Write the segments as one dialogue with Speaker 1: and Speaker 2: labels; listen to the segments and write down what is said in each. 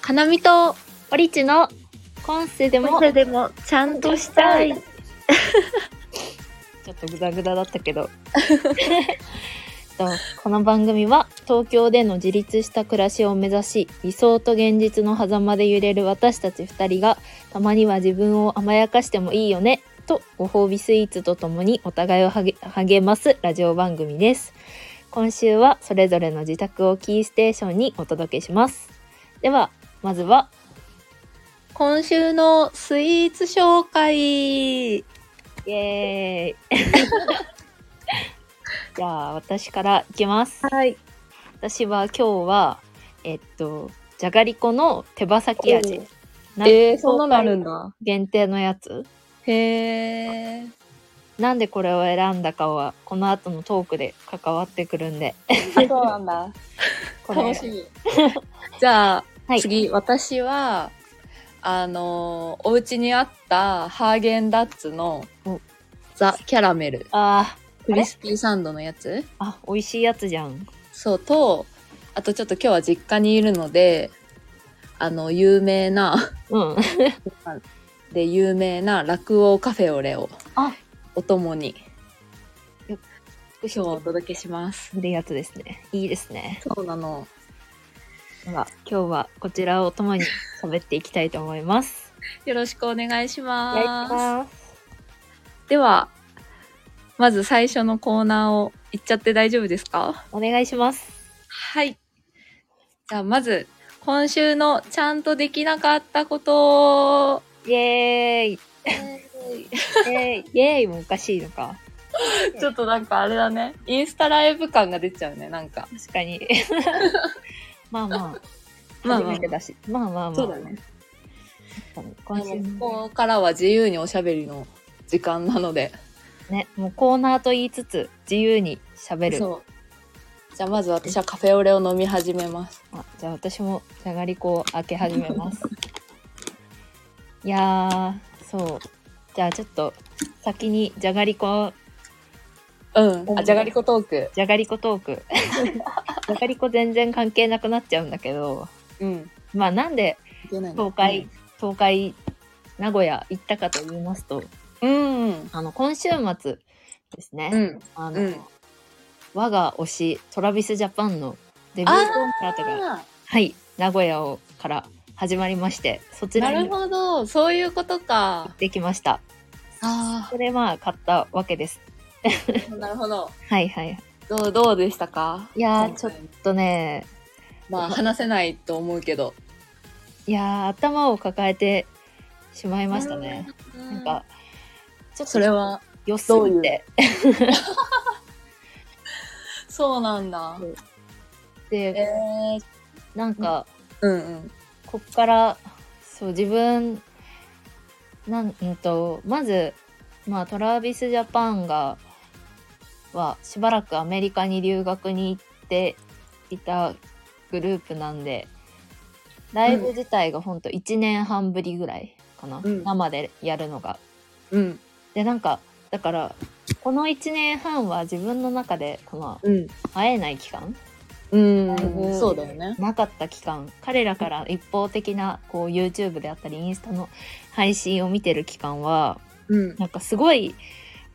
Speaker 1: 花見とオリチの今世でも
Speaker 2: それでもちゃんとしたい。
Speaker 1: ちょっとグダグダだったけど。 とこの番組は東京での自立した暮らしを目指し理想と現実の狭間で揺れる私たち2人がたまには自分を甘やかしてもいいよねとご褒美スイーツとともにお互いを励励ますラジオ番組です今週はそれぞれの自宅をキーステーションにお届けしますではまずは
Speaker 2: 今週のスイーツ紹介。
Speaker 1: イエーイ じゃあ私からいきます
Speaker 2: はい。
Speaker 1: 私は今日はえっとじゃがりこの手羽先味な
Speaker 2: えー、そんなのあるんだ。
Speaker 1: 限定のやつ
Speaker 2: へー。
Speaker 1: なんでこれを選んだかはこの後のトークで関わってくるんで
Speaker 2: そうなん だ。
Speaker 1: これ
Speaker 2: 楽しみ。 じゃあ、
Speaker 1: はい
Speaker 2: 次、私は、あのー、お家にあったハーゲンダッツの
Speaker 1: お
Speaker 2: ザ・キャラメル、
Speaker 1: あ
Speaker 2: クリスピーサンドのやつ
Speaker 1: ーあ美味しいやつじゃん
Speaker 2: そうと、あとちょっと今日は実家にいるので、あの、有名な、
Speaker 1: うん
Speaker 2: で、有名な落語カフェオレを
Speaker 1: あ、
Speaker 2: お供に、
Speaker 1: よ
Speaker 2: 今日はお届けします。
Speaker 1: でやつですねいいですね
Speaker 2: そうなの。
Speaker 1: では今日はこちらをともに喋っていきたいと思います
Speaker 2: よろしくお願いし
Speaker 1: お
Speaker 2: ます。
Speaker 1: 願いします
Speaker 2: ではまず最初のコーナーをいっちゃって大丈夫ですか
Speaker 1: お願いします
Speaker 2: はいじゃあまず今週のちゃんとできなかったこと
Speaker 1: イエーイイエーイイエーイもおかしいのか
Speaker 2: ちょっとなんかあれだねインスタライブ感が出ちゃうねなんか
Speaker 1: 確かに まあまあ
Speaker 2: まあ
Speaker 1: 初
Speaker 2: まあ
Speaker 1: めてだしまあまあまあ
Speaker 2: ね
Speaker 1: 今週も
Speaker 2: ここからは自由におしゃべりの時間なので
Speaker 1: ね、もうコーナーと言いつつ自由に喋る。
Speaker 2: そうじゃあまず私はカフェオレを飲み始めます
Speaker 1: あじゃあ私もじゃがりこを開け始めます。 いやー、そう。じゃあちょっと先にじゃがりこ、
Speaker 2: うんあじゃがりこトーク
Speaker 1: じゃがりこトー ク。じゃがりこ全然関係なくなっちゃうんだけど、
Speaker 2: うん
Speaker 1: まあなんで
Speaker 2: いけないね
Speaker 1: 東海、東海、名古屋行ったかと言いますと、
Speaker 2: うんうん
Speaker 1: あの、今週末ですね。
Speaker 2: うん
Speaker 1: あの、
Speaker 2: うん
Speaker 1: 我が推し、トラビスジャパンのデビューコンサートが
Speaker 2: あー
Speaker 1: はい、名古屋をから始まりまして、そちら
Speaker 2: なる
Speaker 1: に行
Speaker 2: ほど、そういうことか
Speaker 1: っ。てきました。
Speaker 2: あ
Speaker 1: それまあ買ったわけです。
Speaker 2: あ、なるほど。
Speaker 1: はいはい。
Speaker 2: どうどうでしたか？
Speaker 1: いやー
Speaker 2: 今
Speaker 1: ちょ
Speaker 2: 回
Speaker 1: っとね、
Speaker 2: まあ話せないと思うけど。
Speaker 1: いやー頭を抱えてしまいましたね。
Speaker 2: うん。
Speaker 1: なんかちょっ
Speaker 2: それ
Speaker 1: と
Speaker 2: は
Speaker 1: 良すぎて、
Speaker 2: そうなんだ。え
Speaker 1: で
Speaker 2: ー、
Speaker 1: なんか
Speaker 2: うんうん
Speaker 1: こっからそう自分なんうんとまずまあトラビスジャパンがはしばらくアメリカに留学に行っていたグループなんでライブ自体がほんと1年半ぶりぐらいかな、
Speaker 2: うん
Speaker 1: 生でやるのが。
Speaker 2: うん
Speaker 1: でなんかだからこの1年半は自分の中でこの
Speaker 2: うん
Speaker 1: 会えない期間
Speaker 2: うん
Speaker 1: う
Speaker 2: うんん。そうだよね。
Speaker 1: なかった期間彼らから一方的なこう YouTube であったりインスタの配信を見てる期間は
Speaker 2: うん
Speaker 1: なんかすごい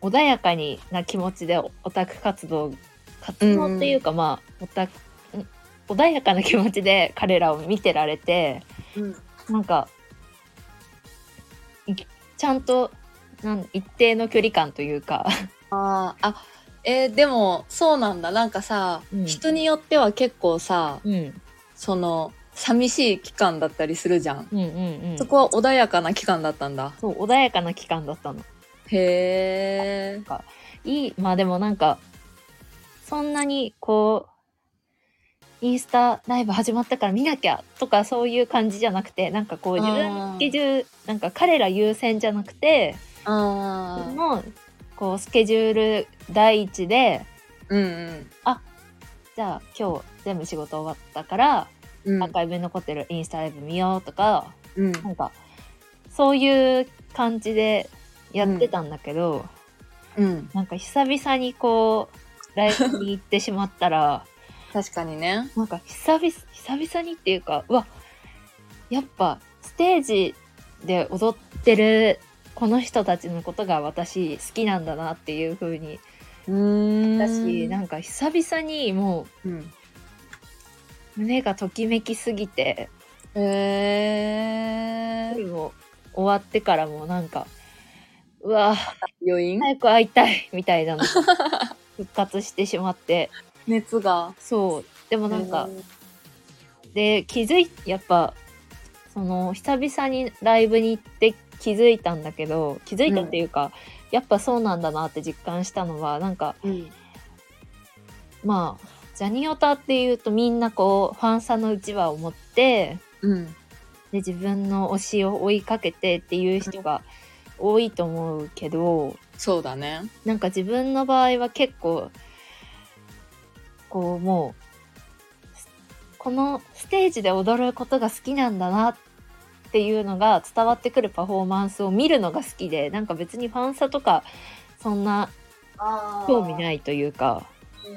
Speaker 1: 穏やかにな気持ちでオタク活動活動っていうかまあオタクん穏やかな気持ちで彼らを見てられて
Speaker 2: うん
Speaker 1: なんかいちゃんとなん一定の距離感というか
Speaker 2: あーあ。えー、でもそうなんだなんかさ、
Speaker 1: うん
Speaker 2: 人によっては結構さ
Speaker 1: うん
Speaker 2: その寂しい期間だったりするじゃん、
Speaker 1: うんうんうん
Speaker 2: そこは穏やかな期間だったんだ
Speaker 1: そう穏やかな期間だったの。
Speaker 2: へえ
Speaker 1: いいまあでもなんかそんなにこうインスタライブ始まったから見なきゃとかそういう感じじゃなくてなんかこう自
Speaker 2: あ
Speaker 1: 分
Speaker 2: ー
Speaker 1: スケジュールなんか彼ら優先じゃなくて
Speaker 2: あ
Speaker 1: そ
Speaker 2: あ
Speaker 1: のこうスケジュール第一で
Speaker 2: うんうん
Speaker 1: じゃあ今日全部仕事終わったから
Speaker 2: うん
Speaker 1: アーカイブに残ってるインスタライブ見ようとか
Speaker 2: うん
Speaker 1: なんかそういう感じでやってたんだけど、
Speaker 2: うん、
Speaker 1: なんか久々にこうライブに行ってしまったら。
Speaker 2: 確かにね。
Speaker 1: なんか久々久々にっていうかうわやっぱステージで踊ってるこの人たちのことが私好きなんだなっていう風に
Speaker 2: うーん
Speaker 1: だし、なんか久々にも
Speaker 2: うん、
Speaker 1: う胸がときめきすぎて、
Speaker 2: えー、
Speaker 1: もう終わってからもなんか、うわぁ、
Speaker 2: 余韻
Speaker 1: 早く会いたいみたいなのが復活してしまって、
Speaker 2: 熱が。
Speaker 1: そう。でもなんか、で気づいやっぱその久々にライブに行って気づいたんだけど気づいたっていうか、やっぱそうなんだなって実感したのはなんか
Speaker 2: うん、
Speaker 1: まあジャニオタっていうとみんなこうファンサのうちわを持って
Speaker 2: うん、
Speaker 1: で自分の推しを追いかけてっていう人が多いと思うけど
Speaker 2: そうだね。
Speaker 1: なんか自分の場合は結構こうもうこのステージで踊ることが好きなんだなっていうのが伝わってくるパフォーマンスを見るのが好きでなんか別にファンサとかそんな興味
Speaker 2: い。
Speaker 1: ないというか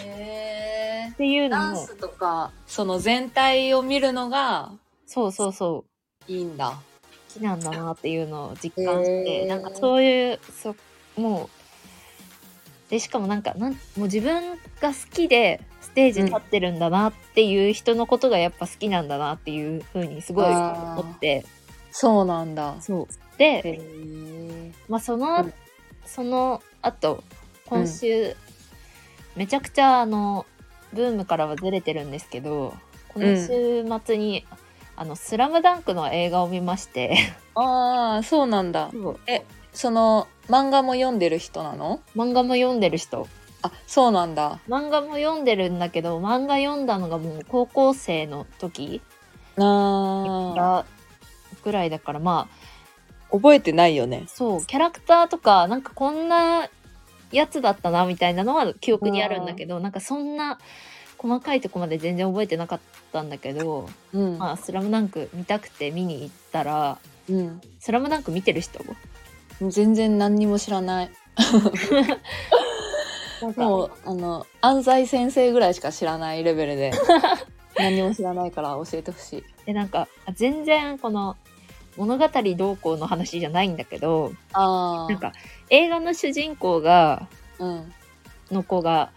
Speaker 2: え
Speaker 1: っていう
Speaker 2: ー、ダ
Speaker 1: の
Speaker 2: ン
Speaker 1: も
Speaker 2: スとか、その全体を見るのが
Speaker 1: そうそうそう
Speaker 2: いいんだ。
Speaker 1: 好きなんだなっていうのを実感して、
Speaker 2: へー
Speaker 1: なんかそういうそもうでしかもなんかなんもう自分が好きでステージに立ってるんだなっていう人のことがやっぱ好きなんだなっていうふうにすごい
Speaker 2: あー
Speaker 1: 思って
Speaker 2: そうなんだ。
Speaker 1: そう
Speaker 2: へ
Speaker 1: で、
Speaker 2: ー
Speaker 1: まあ、その、
Speaker 2: うん
Speaker 1: その後今週、めちゃくちゃあのブームからはずれてるんですけどこの週末に「あのスラムダンクの映画を見まして
Speaker 2: ああ、そうなんだ。その漫画も読んでる人なの？
Speaker 1: 漫画も読んでる人
Speaker 2: あ、そうなんだ。
Speaker 1: 漫画も読んでるんだけど漫画読んだのがもう高校生の時
Speaker 2: ああ、
Speaker 1: がぐらいだからま
Speaker 2: 覚えてないよね
Speaker 1: あ。そうキャラクターとかなんかこんなやつだったなみたいなのは記憶にあるんだけどなんかそんな細かいとこまで全然覚えてなかったんだけど
Speaker 2: う
Speaker 1: 「
Speaker 2: ん
Speaker 1: まあスラムダンク見たくて見に行ったら
Speaker 2: うん。
Speaker 1: 「スラムダンク見てる人
Speaker 2: 全然何にも知らない。
Speaker 1: なんか
Speaker 2: もうあの安西先生ぐらいしか知らないレベル で何も知らないから教えてほしい。
Speaker 1: でなんかあ全然この物語同行の話じゃないんだけど
Speaker 2: ああ、
Speaker 1: なんか映画の主人公が
Speaker 2: うん。
Speaker 1: の子が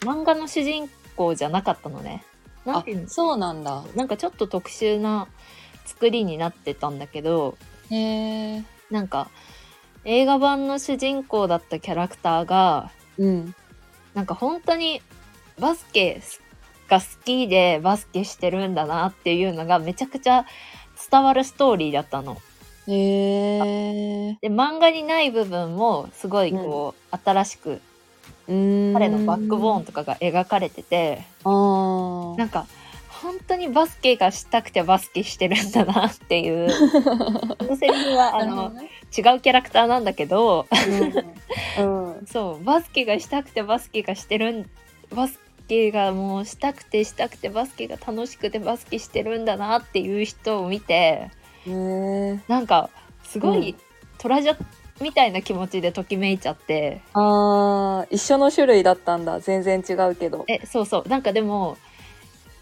Speaker 1: 漫画の主人公じゃなかったのね。なん
Speaker 2: あ
Speaker 1: ていう、の
Speaker 2: そうなんだ。
Speaker 1: なんかちょっと特殊な作りになってたんだけど
Speaker 2: へえ。
Speaker 1: なんか映画版の主人公だったキャラクターが
Speaker 2: うん。
Speaker 1: なんか本当にバスケが好きでバスケしてるんだなっていうのがめちゃくちゃ伝わるストーリーだったの。
Speaker 2: へえ。
Speaker 1: で漫画にない部分もすごいこう、新しく彼
Speaker 2: 彼
Speaker 1: のバックボーン
Speaker 2: ン。
Speaker 1: とかが描かれてて。
Speaker 2: あ
Speaker 1: なんか本当にバスケがしたくてバスケしてるんだなっていうこのセリフは
Speaker 2: あ。
Speaker 1: あ
Speaker 2: なるほど
Speaker 1: の
Speaker 2: ね
Speaker 1: 違うキャラクターなんだけど
Speaker 2: うん。うん
Speaker 1: そうバスケがしたくてバスケがしてるんバスケがもうしたくてしたくてバスケが楽しくてバスケしてるんだなっていう人を見て
Speaker 2: へえ。
Speaker 1: なんかすごい、
Speaker 2: うん
Speaker 1: トラジャみたいな気持ちでときめいちゃって
Speaker 2: ああ、一緒の種類だったんだ。全然違うけど。
Speaker 1: えそうそうなんかでも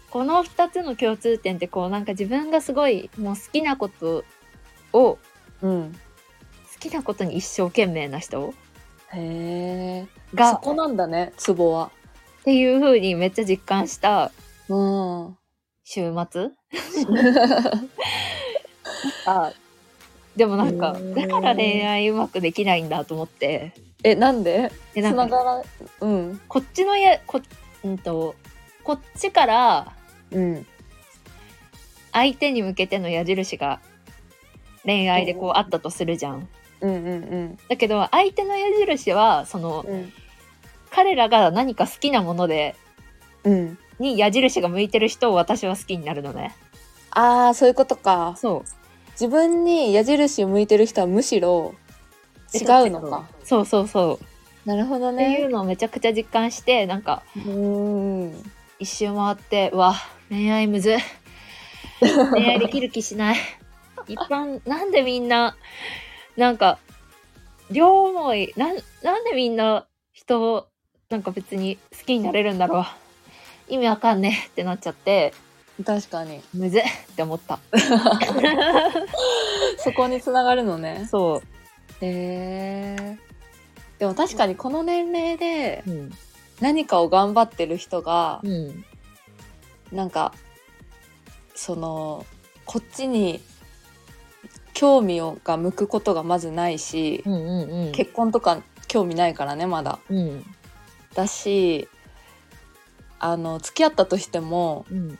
Speaker 1: この2つの共通点ってこうなんか自分がすごいもう好きなことを
Speaker 2: うん。
Speaker 1: 好きなことに一生懸命な人
Speaker 2: へえ。
Speaker 1: が
Speaker 2: そこなんだね、ツボは。
Speaker 1: っていう風にめっちゃ実感した
Speaker 2: うん。
Speaker 1: 週末あでもなんか
Speaker 2: うん
Speaker 1: だから恋愛うまくできないんだと思って
Speaker 2: え、なんで
Speaker 1: でな
Speaker 2: つ
Speaker 1: ん
Speaker 2: な
Speaker 1: か
Speaker 2: がら、うん。
Speaker 1: こっちのやこ,、うん、とこっちから
Speaker 2: うん。
Speaker 1: 相手に向けての矢印が恋愛でこうあったとするじゃん。
Speaker 2: うんうん
Speaker 1: だけど相手の矢印はその
Speaker 2: うん。
Speaker 1: 彼らが何か好きなもので
Speaker 2: うん。
Speaker 1: に矢印が向いてる人を私は好きになるのね。
Speaker 2: ああ、そういうことか。
Speaker 1: そう
Speaker 2: 自分に矢印向いてる人はむしろ違うのか。
Speaker 1: そうそうそう。
Speaker 2: なるほど
Speaker 1: っていう
Speaker 2: ね。
Speaker 1: のをめちゃくちゃ実感してなんか
Speaker 2: うん。
Speaker 1: 一周回ってうわ恋愛 むず恋愛できる気しない一般なんでみんななんか両思いなんなんでみんな人をなんか別に好きになれるんだろう意味わかんねえってなっちゃって
Speaker 2: 確かに。
Speaker 1: むずっって思った。
Speaker 2: そこにつながるのね。
Speaker 1: そ
Speaker 2: へえ。でも確かにこの年齢で
Speaker 1: う。うん。
Speaker 2: 何かを頑張ってる人が、
Speaker 1: うん。
Speaker 2: なんか、その、こっちに興味をが向くことがまずないし
Speaker 1: う、んうんうん。
Speaker 2: 結婚とか興味ないからね、まだ。
Speaker 1: うん。
Speaker 2: だし、あの、付き合ったとしても、
Speaker 1: うん。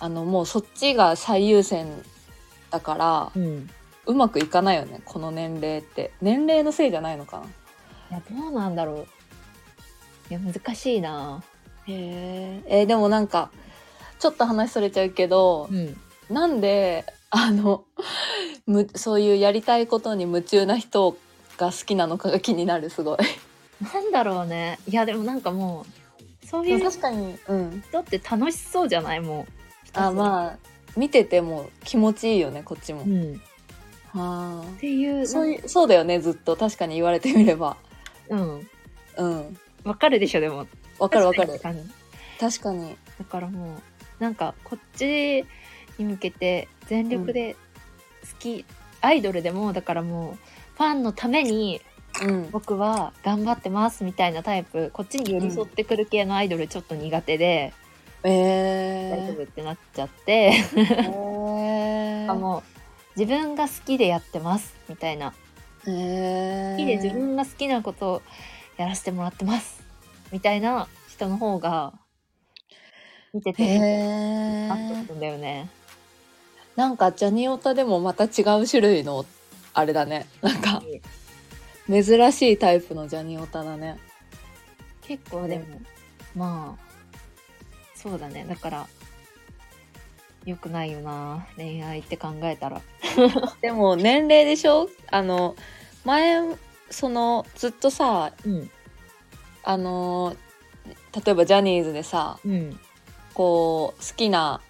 Speaker 2: あの、もうそっちが最優先だから、
Speaker 1: うん。
Speaker 2: うまくいかないよねこの年齢って年齢のせいじゃないのかない
Speaker 1: や、どうなんだろう。いや、難しいな
Speaker 2: へえーでもなんかちょっと話それちゃうけど、
Speaker 1: ん。
Speaker 2: なんであのむそういうやりたいことに夢中な人が好きなのかが気になるすごい
Speaker 1: なんだろうね。いや、でもなんかもう、そういう
Speaker 2: 確かにうん
Speaker 1: 人って楽しそうじゃないもう。
Speaker 2: あ
Speaker 1: あ。
Speaker 2: まあ見てても気持ちいいよねこっちも、
Speaker 1: うん。っ
Speaker 2: あ
Speaker 1: ていう、
Speaker 2: ーそういうそうだよねずっと確かに言われてみれば
Speaker 1: うん。
Speaker 2: うん
Speaker 1: わかるでしょ、でも。わ
Speaker 2: わかるわかる
Speaker 1: 確かに。
Speaker 2: 確かに
Speaker 1: だからもうなんかこっちに向けて全力で好き、アイドルでもだからもうファンのために
Speaker 2: うん
Speaker 1: 僕は頑張ってますみたいなタイプこっちに寄り添ってくる系のアイドルちょっと苦手で、
Speaker 2: え
Speaker 1: 大丈
Speaker 2: ー
Speaker 1: 夫ってなっちゃって、
Speaker 2: えー
Speaker 1: あもう自分が好きでやってますみたいな
Speaker 2: へえ
Speaker 1: 好きで自分が好きなことをやらせてもらってますみたいな人の方が見て
Speaker 2: へ
Speaker 1: て
Speaker 2: え
Speaker 1: あっとくんだよね。
Speaker 2: なんかジャニオタでもまた違う種類のあれだねなんか珍しいタイプのジャニオタだね
Speaker 1: 結構でも、まあそうだねだから良くないよな恋愛って考えたら
Speaker 2: でも年齢でしょあの前そのずっとさ
Speaker 1: うん
Speaker 2: あの例えばジャニーズでさ
Speaker 1: うん
Speaker 2: こう好きな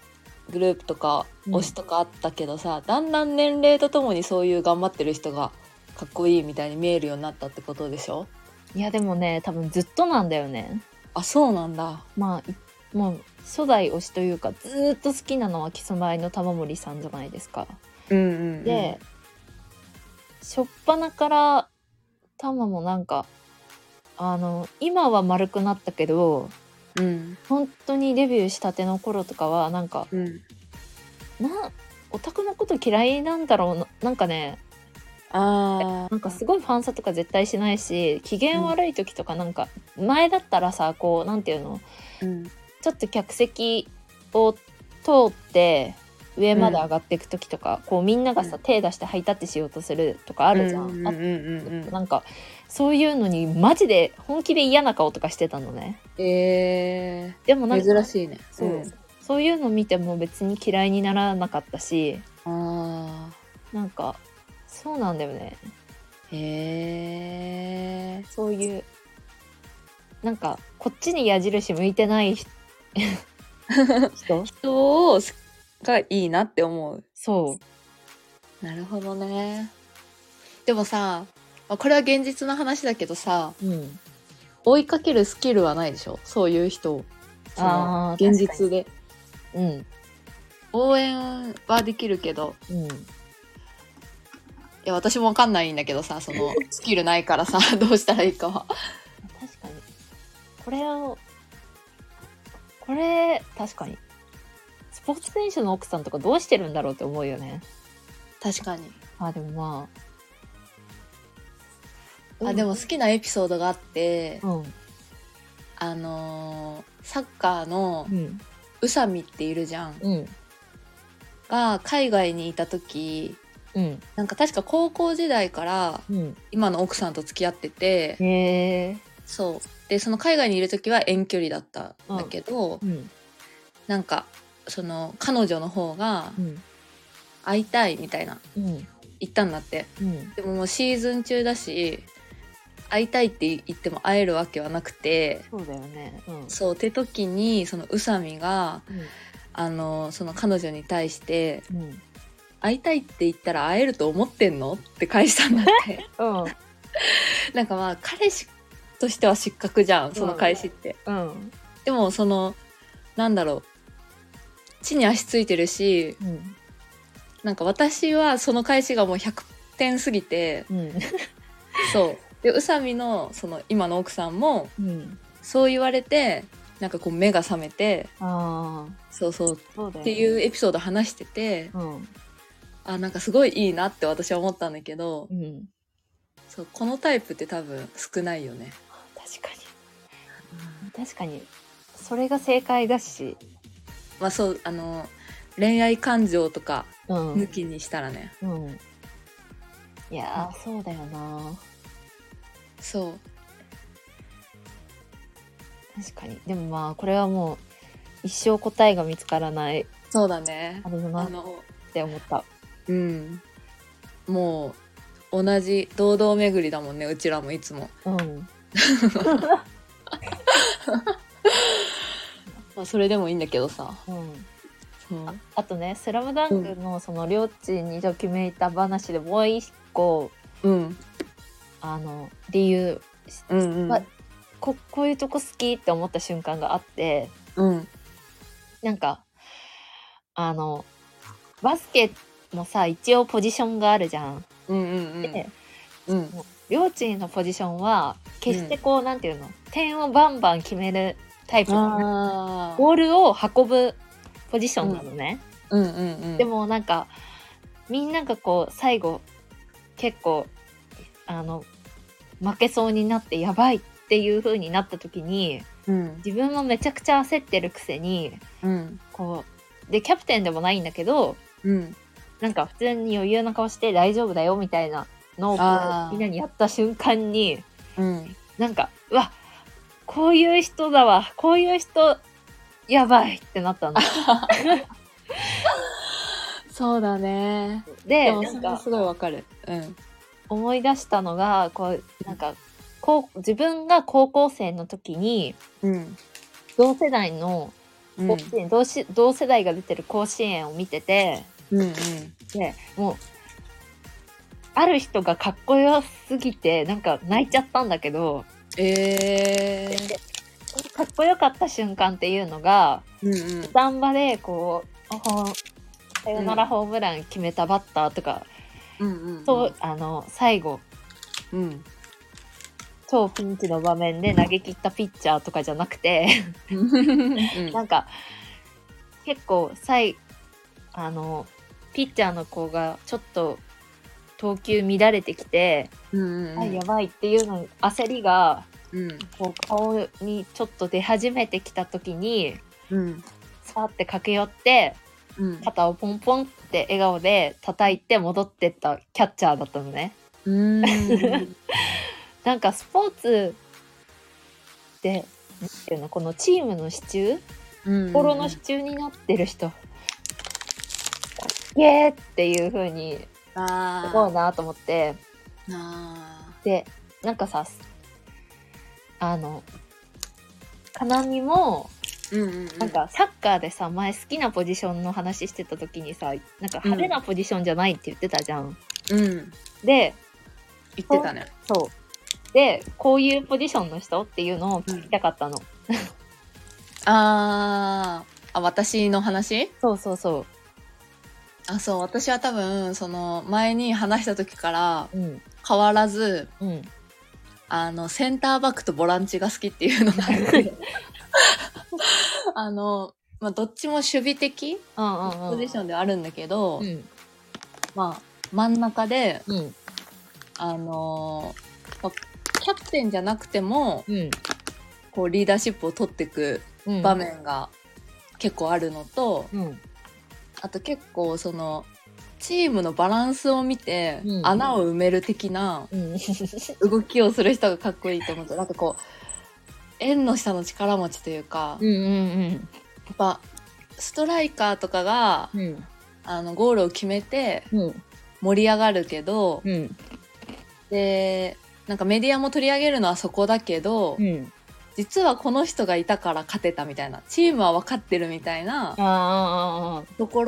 Speaker 2: グループとか
Speaker 1: うん
Speaker 2: 推しとかあったけどさ、だんだん年齢とともにそういう頑張ってる人がかっこいいみたいに見えるようになったってことでしょ
Speaker 1: いやでもね多分ずっとなんだよね
Speaker 2: あそうなんだ
Speaker 1: まあいもう初代推しというかずーっと好きなのはキスマイの玉森さんじゃないですか
Speaker 2: うんうんうん
Speaker 1: で、初っ端から玉もなんかあの今は丸くなったけど
Speaker 2: うん
Speaker 1: 本当にデビューしたての頃とかはなんか
Speaker 2: うん
Speaker 1: なオタクのこと嫌いなんだろうななんかね
Speaker 2: ああ
Speaker 1: なんかすごいファンサとか絶対しないし機嫌悪い時とかなんか前だったらさこうなんていうの
Speaker 2: うん
Speaker 1: ちょっと客席を通って上まで上がっていく時とか、こうみんながさ、
Speaker 2: うん
Speaker 1: 手出してハイタッチしようとするとかあるじゃん。
Speaker 2: うんうんうんうん
Speaker 1: なんかそういうのにマジで本気で嫌な顔とかしてたのね。
Speaker 2: え
Speaker 1: でもなん
Speaker 2: ー、
Speaker 1: か
Speaker 2: 珍しいね
Speaker 1: そう、
Speaker 2: ん
Speaker 1: そういうの見ても別に嫌いにならなかったし
Speaker 2: あ
Speaker 1: なんかそうなんだよね。
Speaker 2: ーへえ
Speaker 1: そういうなんかこっちに矢印向いてないひ人
Speaker 2: 人をすがいいなって思う
Speaker 1: そ
Speaker 2: なるほどねでもさまあこれは現実の話だけどさ
Speaker 1: う、うん、
Speaker 2: 追いかけるスキルはないでしょそういう人をその
Speaker 1: あー
Speaker 2: 現実で
Speaker 1: うん
Speaker 2: 応援はできるけど
Speaker 1: うん
Speaker 2: いや私もわかんないんだけどさそのスキルないからさ どうしたらいいかは
Speaker 1: 確かにこれをこれ確かにスポーツ選手の奥さんとかどうしてるんだろうって思うよね
Speaker 2: 確かに
Speaker 1: あでもまあ
Speaker 2: あでも好きなエピソードがあって、
Speaker 1: うん
Speaker 2: あのーサッカーの
Speaker 1: うん
Speaker 2: 宇佐美っているじゃん
Speaker 1: うん
Speaker 2: が海外にいた時
Speaker 1: うん
Speaker 2: なんか確か高校時代から
Speaker 1: うん
Speaker 2: 今の奥さんと付き合ってて
Speaker 1: へえ
Speaker 2: そうでその海外にいる時は遠距離だったんだけど、
Speaker 1: うん
Speaker 2: なんかその彼女の方が
Speaker 1: うん
Speaker 2: 会いたいみたいな
Speaker 1: うん
Speaker 2: 言ったんだって
Speaker 1: うん
Speaker 2: でももうシーズン中だし会いたいって言っても会えるわけはなくて
Speaker 1: そうだよねうん
Speaker 2: そうって時にその宇佐美があのその彼女に対して
Speaker 1: うんうん
Speaker 2: 会いたいって言ったら会えると思ってんのって返したんだって なんかまあ彼氏としては失格じゃんその返しって、
Speaker 1: うん
Speaker 2: でもそのなんだろう地に足ついてるし
Speaker 1: うん
Speaker 2: なんか私はその返しがもう100点過ぎて
Speaker 1: うん
Speaker 2: そうで宇佐美のその今の奥さんも
Speaker 1: うん
Speaker 2: そう言われてなんかこう目が覚めて
Speaker 1: ああ
Speaker 2: そうそう
Speaker 1: そうだよね
Speaker 2: っていうエピソード話してて
Speaker 1: うん
Speaker 2: あなんかすごいいいなって私は思ったんだけど
Speaker 1: うん
Speaker 2: そうこのタイプって多分少ないよね。
Speaker 1: 確かに確かにそれが正解だし
Speaker 2: まあそうあの恋愛感情とか
Speaker 1: うん
Speaker 2: 抜きにしたらね、
Speaker 1: うんいやーそうだよな
Speaker 2: そう
Speaker 1: 確かにでもまあこれはもう一生答えが見つからない
Speaker 2: そうだね
Speaker 1: あれだな
Speaker 2: あ
Speaker 1: っ
Speaker 2: の
Speaker 1: て思った
Speaker 2: うんもう同じ堂々巡りだもんねうちらもいつも、
Speaker 1: うん
Speaker 2: まあ、それでもいいんだけどさ
Speaker 1: うん
Speaker 2: そう
Speaker 1: あとね「スラムダンクのその両親にときめいた話でもう一個
Speaker 2: うん
Speaker 1: あの理由
Speaker 2: うんうん、
Speaker 1: まここういうとこ好きって思った瞬間があって
Speaker 2: うん
Speaker 1: なんかあのバスケもさ一応ポジションがあるじゃん。
Speaker 2: うんうんうん
Speaker 1: で
Speaker 2: うん
Speaker 1: 両親のポジションは決してこう、なんていうの点をバンバン決めるタイプじゃない
Speaker 2: あー
Speaker 1: ボールを運ぶポジションなのね。
Speaker 2: うんうんうん
Speaker 1: でもなんかみんながこう最後結構あの負けそうになってやばいっていう風になった時に
Speaker 2: うん
Speaker 1: 自分もめちゃくちゃ焦ってるくせに
Speaker 2: うん
Speaker 1: こうでキャプテンでもないんだけど
Speaker 2: うん
Speaker 1: なんか普通に余裕な顔して大丈夫だよみたいなのをこ
Speaker 2: あ
Speaker 1: う
Speaker 2: ー
Speaker 1: みんなにやった瞬間に
Speaker 2: うん
Speaker 1: なんかうわこういう人だわこういう人やばいってなったの。
Speaker 2: そうだね
Speaker 1: で
Speaker 2: でも
Speaker 1: な
Speaker 2: そ
Speaker 1: ん
Speaker 2: れ
Speaker 1: か
Speaker 2: すごいわかるうん
Speaker 1: 思い出したのがこうなんかこう自分が高校生の時に
Speaker 2: うん
Speaker 1: 同世代の
Speaker 2: うん
Speaker 1: 甲子園、同し同世代が出てる甲子園を見てて
Speaker 2: うんうん
Speaker 1: でもうある人がかっこよすぎてなんか泣いちゃったんだけど
Speaker 2: えー
Speaker 1: かっこよかった瞬間っていうのが
Speaker 2: うんうん
Speaker 1: スタンバでこうほサヨナラホームラン決めたバッターとか、
Speaker 2: うんうんうん
Speaker 1: そうあの最後
Speaker 2: うん
Speaker 1: 超ピンチの場面で投げ切ったピッチャーとかじゃなくて。
Speaker 2: うん
Speaker 1: なんか結構さいあのピッチャーの子がちょっと投球乱れてきて、
Speaker 2: うんうん
Speaker 1: あやばいっていうの焦りが
Speaker 2: うん
Speaker 1: こう顔にちょっと出始めてきた時に
Speaker 2: うん
Speaker 1: さーって駆け寄って
Speaker 2: うん
Speaker 1: 肩をポンポンって笑顔で叩いて戻ってったキャッチャーだったのね。
Speaker 2: うーん
Speaker 1: なんかスポーツってなんていうのこのチームの支柱心の支柱になってる人、イエーっていう風に
Speaker 2: あ
Speaker 1: 思うなと思って
Speaker 2: ーあ
Speaker 1: でなんかさあのかなみも
Speaker 2: ーうんうんうん
Speaker 1: なんかサッカーでさ前好きなポジションの話してた時にさなんか派手なポジションじゃないって言ってたじゃん。
Speaker 2: うん
Speaker 1: で
Speaker 2: 言ってたね
Speaker 1: そうでこういうポジションの人っていうのを聞きたかったの。
Speaker 2: あーあ私の話
Speaker 1: そうそうそ
Speaker 2: あそう私は多分その前に話した時から
Speaker 1: う。うん
Speaker 2: 変わらず
Speaker 1: うん、
Speaker 2: あのセンターバックとボランチが好きっていうのがあって あの、まあ、どっちも守備的
Speaker 1: うんうんうん
Speaker 2: ポジションではあるんだけど、
Speaker 1: うん
Speaker 2: まあ真ん中で
Speaker 1: うん
Speaker 2: あのーまあキャプテンじゃなくても
Speaker 1: うん
Speaker 2: こうリーダーシップを取っていく
Speaker 1: うん
Speaker 2: 場面が結構あるのと、
Speaker 1: うん
Speaker 2: あと結構そのチームのバランスを見て
Speaker 1: うん
Speaker 2: 穴を埋める的な
Speaker 1: うん
Speaker 2: 動きをする人がかっこいいと思ってなんかこう縁の下の力持ちというか、
Speaker 1: うんうん
Speaker 2: やっぱストライカーとかが
Speaker 1: うんうん
Speaker 2: あのゴールを決めて
Speaker 1: うん
Speaker 2: 盛り上がるけど、
Speaker 1: うん
Speaker 2: でなんかメディアも取り上げるのはそこだけど、
Speaker 1: うん
Speaker 2: 実はこの人がいたから勝てたみたいなチームは分かってるみたい
Speaker 1: あ
Speaker 2: な
Speaker 1: ーあーあー
Speaker 2: とこ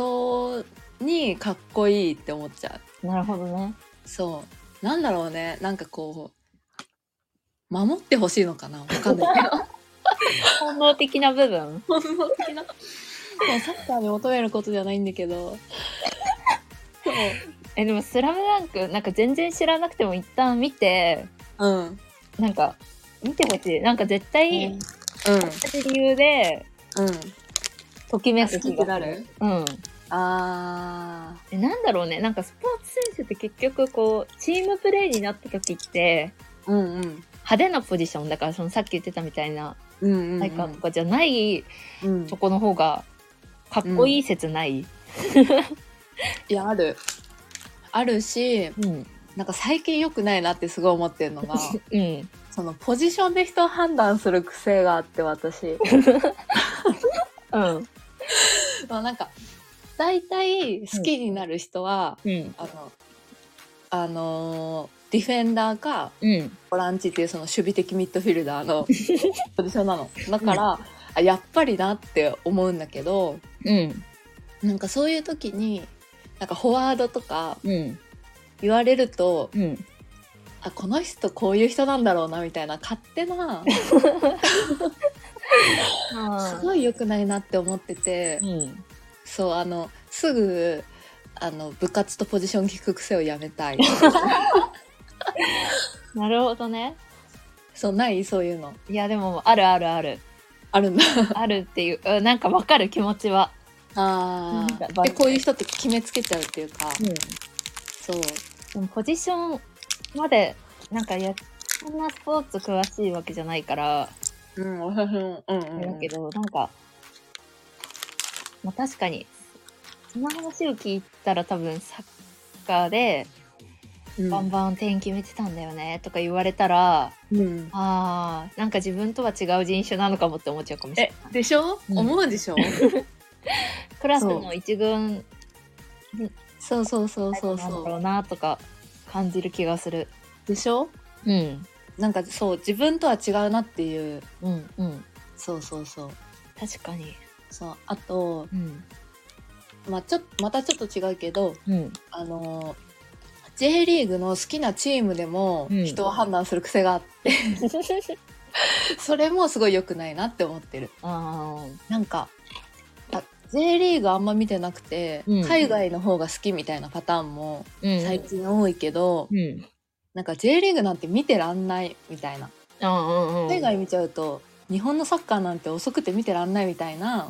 Speaker 2: ろにかっこいいって思っちゃ
Speaker 1: あーなるほどね
Speaker 2: うそうなんだろうねなんかこう守ってほ しいのかな分かんないけど
Speaker 1: 本能的な部分
Speaker 2: 本能的なまあサッカーに求めることじゃないんだけど。そう。
Speaker 1: えでも「スラムダンクなんか全然知らなくても一旦見て
Speaker 2: うん。うん。
Speaker 1: なんか見てほしいなんか絶対
Speaker 2: うん。
Speaker 1: 同じ理由でときめく気がする
Speaker 2: る
Speaker 1: うん
Speaker 2: あ
Speaker 1: えなんだろうねなんかスポーツ選手って結局こうチームプレーになった時って
Speaker 2: ー。うんうん。
Speaker 1: 派手なポジションだからそのさっき言ってたみたいな
Speaker 2: うんうん、うん。
Speaker 1: 体感とかじゃない
Speaker 2: うん。
Speaker 1: とこの方がかっこいい説ない、
Speaker 2: いや、ある。あるし、
Speaker 1: うんうん
Speaker 2: なんか最近良くないなってすごい思ってる のが、そのポジションで人を判断する癖があっ て、私。
Speaker 1: うん
Speaker 2: まあなんか、大体好きになる人は、
Speaker 1: うん
Speaker 2: あの、あのーディフェンダーか
Speaker 1: うん
Speaker 2: ボランチっていうその守備的ミッドフィルダ ーのポジションなの。だから、あやっぱりなって思うんだけど、
Speaker 1: うん
Speaker 2: なんかそういう時に、なんかフォワードとか
Speaker 1: うん
Speaker 2: 言われると、
Speaker 1: うん
Speaker 2: あ、この人こういう人なんだろうなみたいな勝手な、すごい良くないなって思ってて
Speaker 1: う、ん
Speaker 2: そう、あの、すぐ、あの、部活とポジション聞く癖をやめたい。
Speaker 1: なるほどね
Speaker 2: そう、ないそういうの。
Speaker 1: いやでもあるあるある
Speaker 2: あるんだ。
Speaker 1: あるっていううんなんかわかる気持ちは
Speaker 2: あ
Speaker 1: なんか
Speaker 2: あ。
Speaker 1: バ
Speaker 2: で、
Speaker 1: レ
Speaker 2: こういう人って決めつけちゃうっていうか、
Speaker 1: うん
Speaker 2: そう。
Speaker 1: でもポジションまでなんかやそんなスポーツ詳しいわけじゃないから、
Speaker 2: うん、私も、う
Speaker 1: あ
Speaker 2: ん、
Speaker 1: れだけどなんか、まあ、確かにその話を聞いたら多分サッカーで
Speaker 2: うん
Speaker 1: バンバン点決めてたんだよねとか言われたら、
Speaker 2: うん。
Speaker 1: あーなんか自分とは違う人種なのかもって思っちゃうかもしれ
Speaker 2: え
Speaker 1: ない、
Speaker 2: でしょ、
Speaker 1: うん
Speaker 2: 思うでしょ
Speaker 1: クラスの一軍
Speaker 2: そうそうそうそう
Speaker 1: なんだ
Speaker 2: そ
Speaker 1: ろうなとか感じる気がする
Speaker 2: う。でしょ
Speaker 1: うん
Speaker 2: なんかそう、自分とは違うなっていう、
Speaker 1: うんうん
Speaker 2: そうそうそう。
Speaker 1: 確かに
Speaker 2: そう、あと、
Speaker 1: うん
Speaker 2: まあちょっと、またちょっと違うけど、
Speaker 1: うん
Speaker 2: あのー、J リーグの好きなチームでも
Speaker 1: うん
Speaker 2: 人を判断する癖があって、それもすごい良くないなって思ってる。
Speaker 1: あー
Speaker 2: なんか、あ J リーグあんま見てなくて、
Speaker 1: うん
Speaker 2: 海外の方が好きみたいなパターンも
Speaker 1: うん
Speaker 2: 最近多いけど、
Speaker 1: うん
Speaker 2: なんか J リーグなんて見てらんないみたいな。
Speaker 1: うんうん
Speaker 2: 海外見ちゃうと、日本のサッカーなんて遅くて見てらんないみた いな、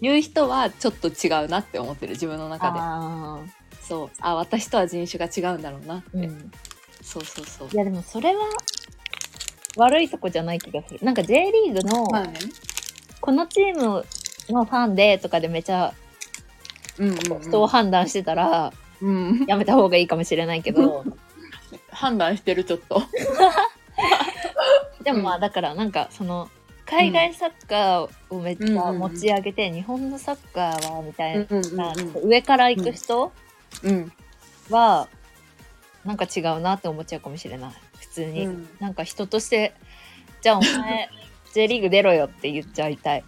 Speaker 2: いう人はちょっと違うなって思ってる、自分の中で。
Speaker 1: あ
Speaker 2: そう。あ、私とは人種が違うんだろうなって。
Speaker 1: ーうん
Speaker 2: そうそうそう
Speaker 1: い。やでもそれは悪いとこじゃない気がするなんか J リーグの
Speaker 2: まあね。
Speaker 1: このチームのファンでとかでめちゃ
Speaker 2: うんうん、うん。
Speaker 1: 人を判断してたら
Speaker 2: うん。
Speaker 1: やめた方がいいかもしれないけど
Speaker 2: 判断してる、ちょっと。
Speaker 1: でもまあだからなんかその海外サッカーをめっちゃ持ち上げて日本のサッカーはみたい
Speaker 2: うんうん
Speaker 1: な上から行く人
Speaker 2: うん。
Speaker 1: はなんか違うなって思っちゃうかもしれない普通に、
Speaker 2: うん
Speaker 1: なんか人としてじゃあお 前 J リーグ出ろよって言っちゃいたい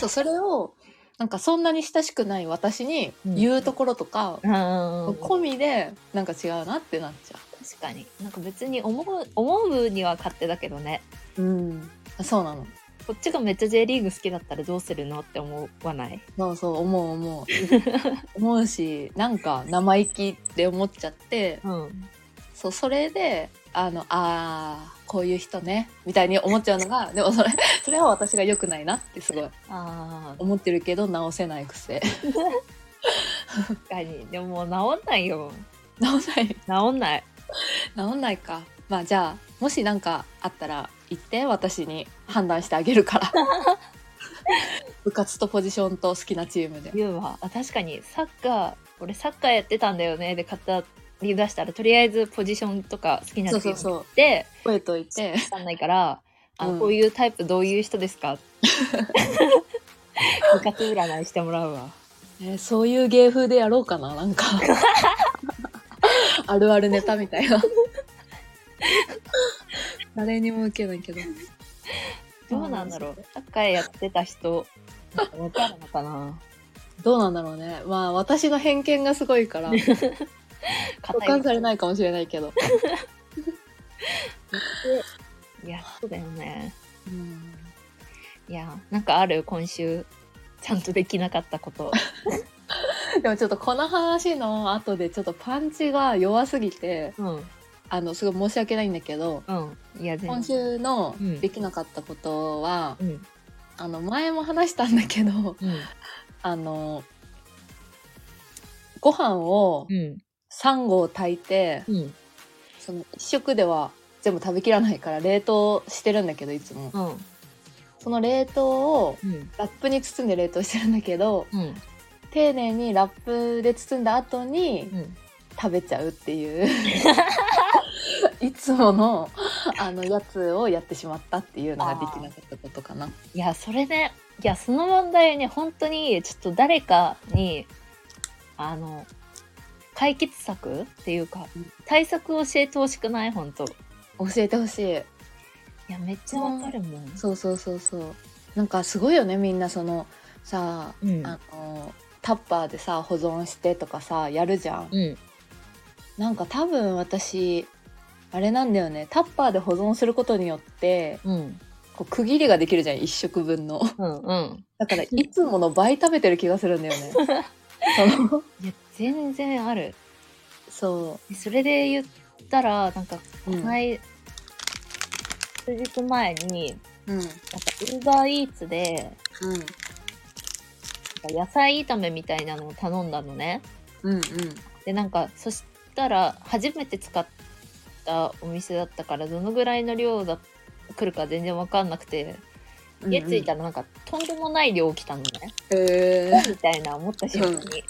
Speaker 2: そう、それを、なんかそんなに親しくない私に言うところとか、
Speaker 1: うんうんうん確
Speaker 2: 込みで、なんか違うなってなっちゃ
Speaker 1: かになんか別に思う思うには勝手だけどね
Speaker 2: う。うん。そうなの。
Speaker 1: こっちがめっちゃ J リーグ好きだったらどうするのって思わない
Speaker 2: そうそう、思う思う。 思うし、なんか生意気って思っちゃって、
Speaker 1: うん
Speaker 2: そう、それで、あの、あー、こういう人ね、みたいに思っちゃうのが、でもそれ、それは私が良くないなってすごい
Speaker 1: あー
Speaker 2: 思ってるけど、直せない癖。
Speaker 1: 確かにでももう治んないよ
Speaker 2: 直せない。
Speaker 1: 治んない
Speaker 2: 直んないか。まあじゃあ、もしなんかあったら言って、私に判断してあげ るから。部活とポジションと好きなチームで。
Speaker 1: 言うわあ確かにサッカー俺サッカーやってたんだよねで語り出したらとりあえずポジションとか好きなチ
Speaker 2: そう
Speaker 1: ー
Speaker 2: そう
Speaker 1: ム
Speaker 2: そう
Speaker 1: 聞いて
Speaker 2: 覚えといて。
Speaker 1: わかんないから、あの
Speaker 2: うん
Speaker 1: こういうタイプどういう人ですか部活占いしてもらう わ。
Speaker 2: えーそういう芸風でやろうかな、なん か。あるあるネタみたいな。誰にも受けないけど。
Speaker 1: どうなんだろう。サッカーやってた人、なんかわかるのかな
Speaker 2: どうなんだろうね。まあ、私の偏見がすご いから、保
Speaker 1: 硬
Speaker 2: 管
Speaker 1: い
Speaker 2: されないかもしれないけど。
Speaker 1: いや、そうだよね。
Speaker 2: うん
Speaker 1: いや、なんかある今週。ちゃんとできなかった こと。
Speaker 2: でもちょっとこの話の後でちょっとパンチが弱すぎて
Speaker 1: うん。
Speaker 2: あのすごい申し訳ないんだけど
Speaker 1: うん。いや、全
Speaker 2: 今
Speaker 1: 然。
Speaker 2: 週の
Speaker 1: うん
Speaker 2: できなかったことは、
Speaker 1: うん。
Speaker 2: あの前も話したんだけど
Speaker 1: うん。
Speaker 2: あのご飯を
Speaker 1: うん。
Speaker 2: 3合炊いて
Speaker 1: うん。
Speaker 2: その1食では全部食べきらないから冷凍してるんだけどいつも
Speaker 1: うん。
Speaker 2: その冷凍を
Speaker 1: うん。
Speaker 2: ラップに包んで冷凍してるんだけど
Speaker 1: うん。
Speaker 2: 丁寧にラップで包んだ後に
Speaker 1: うん。
Speaker 2: 食べちゃうっていう いつものあのやつをやってしまったっていうのができなかったことかない
Speaker 1: や、それね、いや、その問題ね、本当に、ちょっと誰かに、あの、解決策っていうか
Speaker 2: うん、
Speaker 1: 対策を教えてほしくない本当い
Speaker 2: 教えてほしい
Speaker 1: や、めっちゃわかるもん。
Speaker 2: そうそうそうそうなんかすごいよねみんなそのさ
Speaker 1: うん。
Speaker 2: あのタッパーでさ保存してとかさやるじゃん
Speaker 1: うん。
Speaker 2: なんか多分私あれなんだよねタッパーで保存することによって
Speaker 1: うん。
Speaker 2: こう区切りができるじゃん1食 分の
Speaker 1: うん。うん。
Speaker 2: だからいつもの倍食べてる気がするんだよ ねその
Speaker 1: いや、全然ある。
Speaker 2: そ
Speaker 1: それで言ったら、なんか、
Speaker 2: う、うん
Speaker 1: 前、数日前に、
Speaker 2: うん
Speaker 1: なんか、ウーバーイーツで、
Speaker 2: うん
Speaker 1: なんか野菜炒めみたいなのを頼んだのね。
Speaker 2: うんうん
Speaker 1: で、なんか、そしたら、初めて使ったお店だったから、どのぐらいの量だ、来るか全然わかんなくて、
Speaker 2: うん
Speaker 1: 家着いたらなんか、とんでもない量来たのね。
Speaker 2: へ
Speaker 1: みたいな思った瞬間に、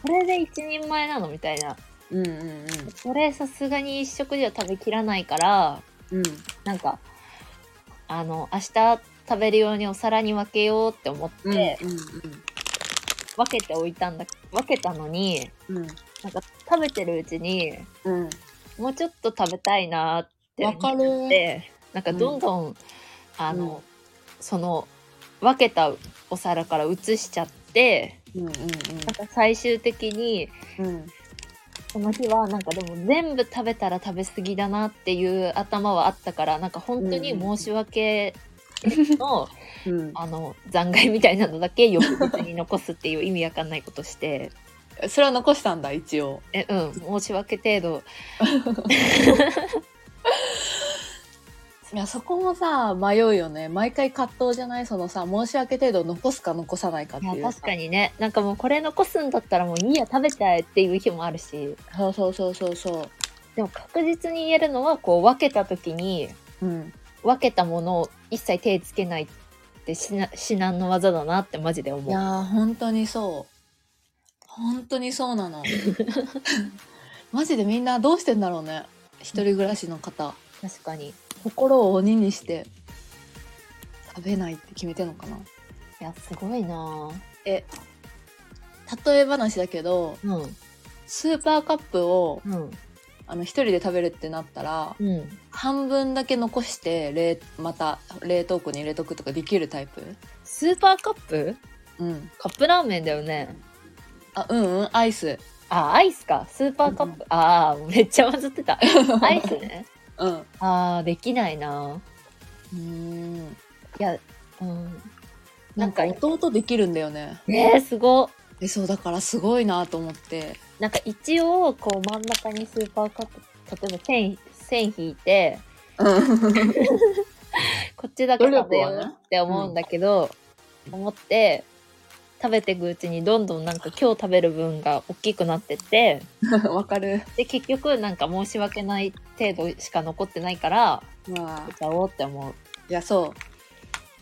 Speaker 1: これで一人前なのみたいな。
Speaker 2: うんうんうん
Speaker 1: これさすがに一食じゃ食べきらないから、
Speaker 2: うんうん
Speaker 1: なんか、あの、明日食べるようにお皿に分けようって思って、
Speaker 2: うん
Speaker 1: 分けておいたんだ、分けたのに、
Speaker 2: うんうん
Speaker 1: なんか食べてるうちに、
Speaker 2: うん
Speaker 1: もうちょっと食べたいなって
Speaker 2: わか
Speaker 1: 思っ
Speaker 2: る
Speaker 1: て、なんかどんどん、あの、
Speaker 2: うん
Speaker 1: その、分けたお皿から移しちゃって、
Speaker 2: うんうん
Speaker 1: なんか最終的に、
Speaker 2: うんうん
Speaker 1: その日はなんかでも全部食べたら食べ過ぎだなっていう頭はあったから、なんか本当に申し訳の、
Speaker 2: うん
Speaker 1: あの残骸みたいなのだけ翌日に残すっていう意味わかんないことして
Speaker 2: それは残したんだ一応
Speaker 1: えうん申し訳程度
Speaker 2: いやそこもさ迷うよね毎回葛藤じゃないそのさ申し訳程度残すか残さないかっていう
Speaker 1: いや
Speaker 2: さ
Speaker 1: 確かにねなんかもうこれ残すんだったらもういいや食べちゃえっていう日もあるし
Speaker 2: そうそうそうそうそ
Speaker 1: でも確実に言えるのはこう分けた時に
Speaker 2: ううん
Speaker 1: 分けたものを一切手つけないって至難至難の技だなってマジで
Speaker 2: い
Speaker 1: 思
Speaker 2: や
Speaker 1: う。
Speaker 2: ー本当にそう本当にそうなのマジでみんなどうしてんだろうね一人暮らしの方
Speaker 1: 確かにい
Speaker 2: 心を鬼にして食べないって決めてんのかな
Speaker 1: やすごいなぁ
Speaker 2: え例え話だけど
Speaker 1: うん
Speaker 2: スーパーカップを
Speaker 1: うん
Speaker 2: あの一人で食べるってなったら
Speaker 1: うん
Speaker 2: 半分だけ残して冷また冷凍庫に入れとくとかできるタイプ
Speaker 1: スーパーカップ
Speaker 2: うん
Speaker 1: カップラーメンだよね
Speaker 2: あうんうんアイス
Speaker 1: あアイスかスーパーカップ、ああめっちゃ混ざって たアイスね
Speaker 2: うんう
Speaker 1: ああできないな
Speaker 2: ーん
Speaker 1: いやうん
Speaker 2: なんか
Speaker 1: なんか
Speaker 2: 弟できるんだよね
Speaker 1: ねえすごっ
Speaker 2: えそうだからすごいなと思って
Speaker 1: なんか一応こう真ん中にスーパーカップ例えば線線引いてこっちだけ食べよ
Speaker 2: 努力は
Speaker 1: う
Speaker 2: ね
Speaker 1: って思うんだけど、思って食べていくうちにどんどんなんか今日食べる分が大きくなってって
Speaker 2: わかる
Speaker 1: で結局なんか申し訳ない程度しか残ってないから
Speaker 2: まあ
Speaker 1: 食べちゃおうって思う
Speaker 2: いやそ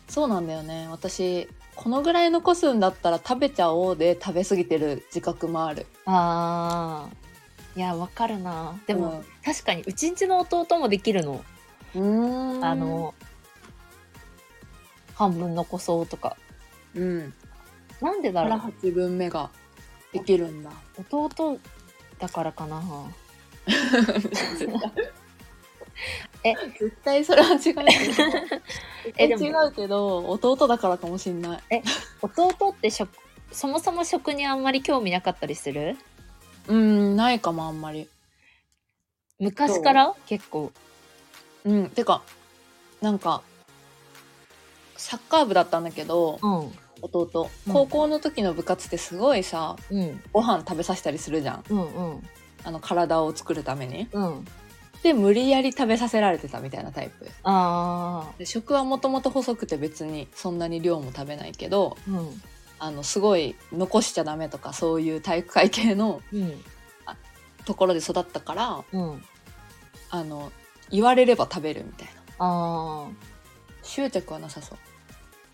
Speaker 2: うそうなんだよね私このぐらい残すんだったら食べちゃおうで食べ過ぎてる自覚もある
Speaker 1: あーいやわかるなでも、、確かにうちんちの弟もできるの、
Speaker 2: うん、うーん
Speaker 1: あの半分残そうとか
Speaker 2: うん
Speaker 1: なんでだ
Speaker 2: から
Speaker 1: ろ
Speaker 2: 8分目ができるんだ
Speaker 1: う弟だからかな え
Speaker 2: 絶対それは違うけど
Speaker 1: え
Speaker 2: え
Speaker 1: で
Speaker 2: で
Speaker 1: も
Speaker 2: も違うけど弟だからかもしんない
Speaker 1: 弟って食そもそも食にあんまり興味なかったりする
Speaker 2: うんないかもあんまり
Speaker 1: 昔から結構
Speaker 2: うんてかなんかサッカー部だったんだけど
Speaker 1: うん
Speaker 2: 弟、
Speaker 1: うん
Speaker 2: 高校の時の部活ってすごいさ
Speaker 1: うん
Speaker 2: ご飯食べさせたりするじゃん
Speaker 1: うんうん
Speaker 2: あの体を作るために
Speaker 1: うん
Speaker 2: で無理やり食べさせられてたみたいなタイプ
Speaker 1: あ
Speaker 2: で食はもともと細くて別にそんなに量も食べないけど
Speaker 1: ーうん
Speaker 2: あのすごい残しちゃダメとかそういう体育会系の
Speaker 1: うん
Speaker 2: ところで育ったから
Speaker 1: うん
Speaker 2: あの言われれば食べるみたいな
Speaker 1: あー
Speaker 2: 執着はなさそ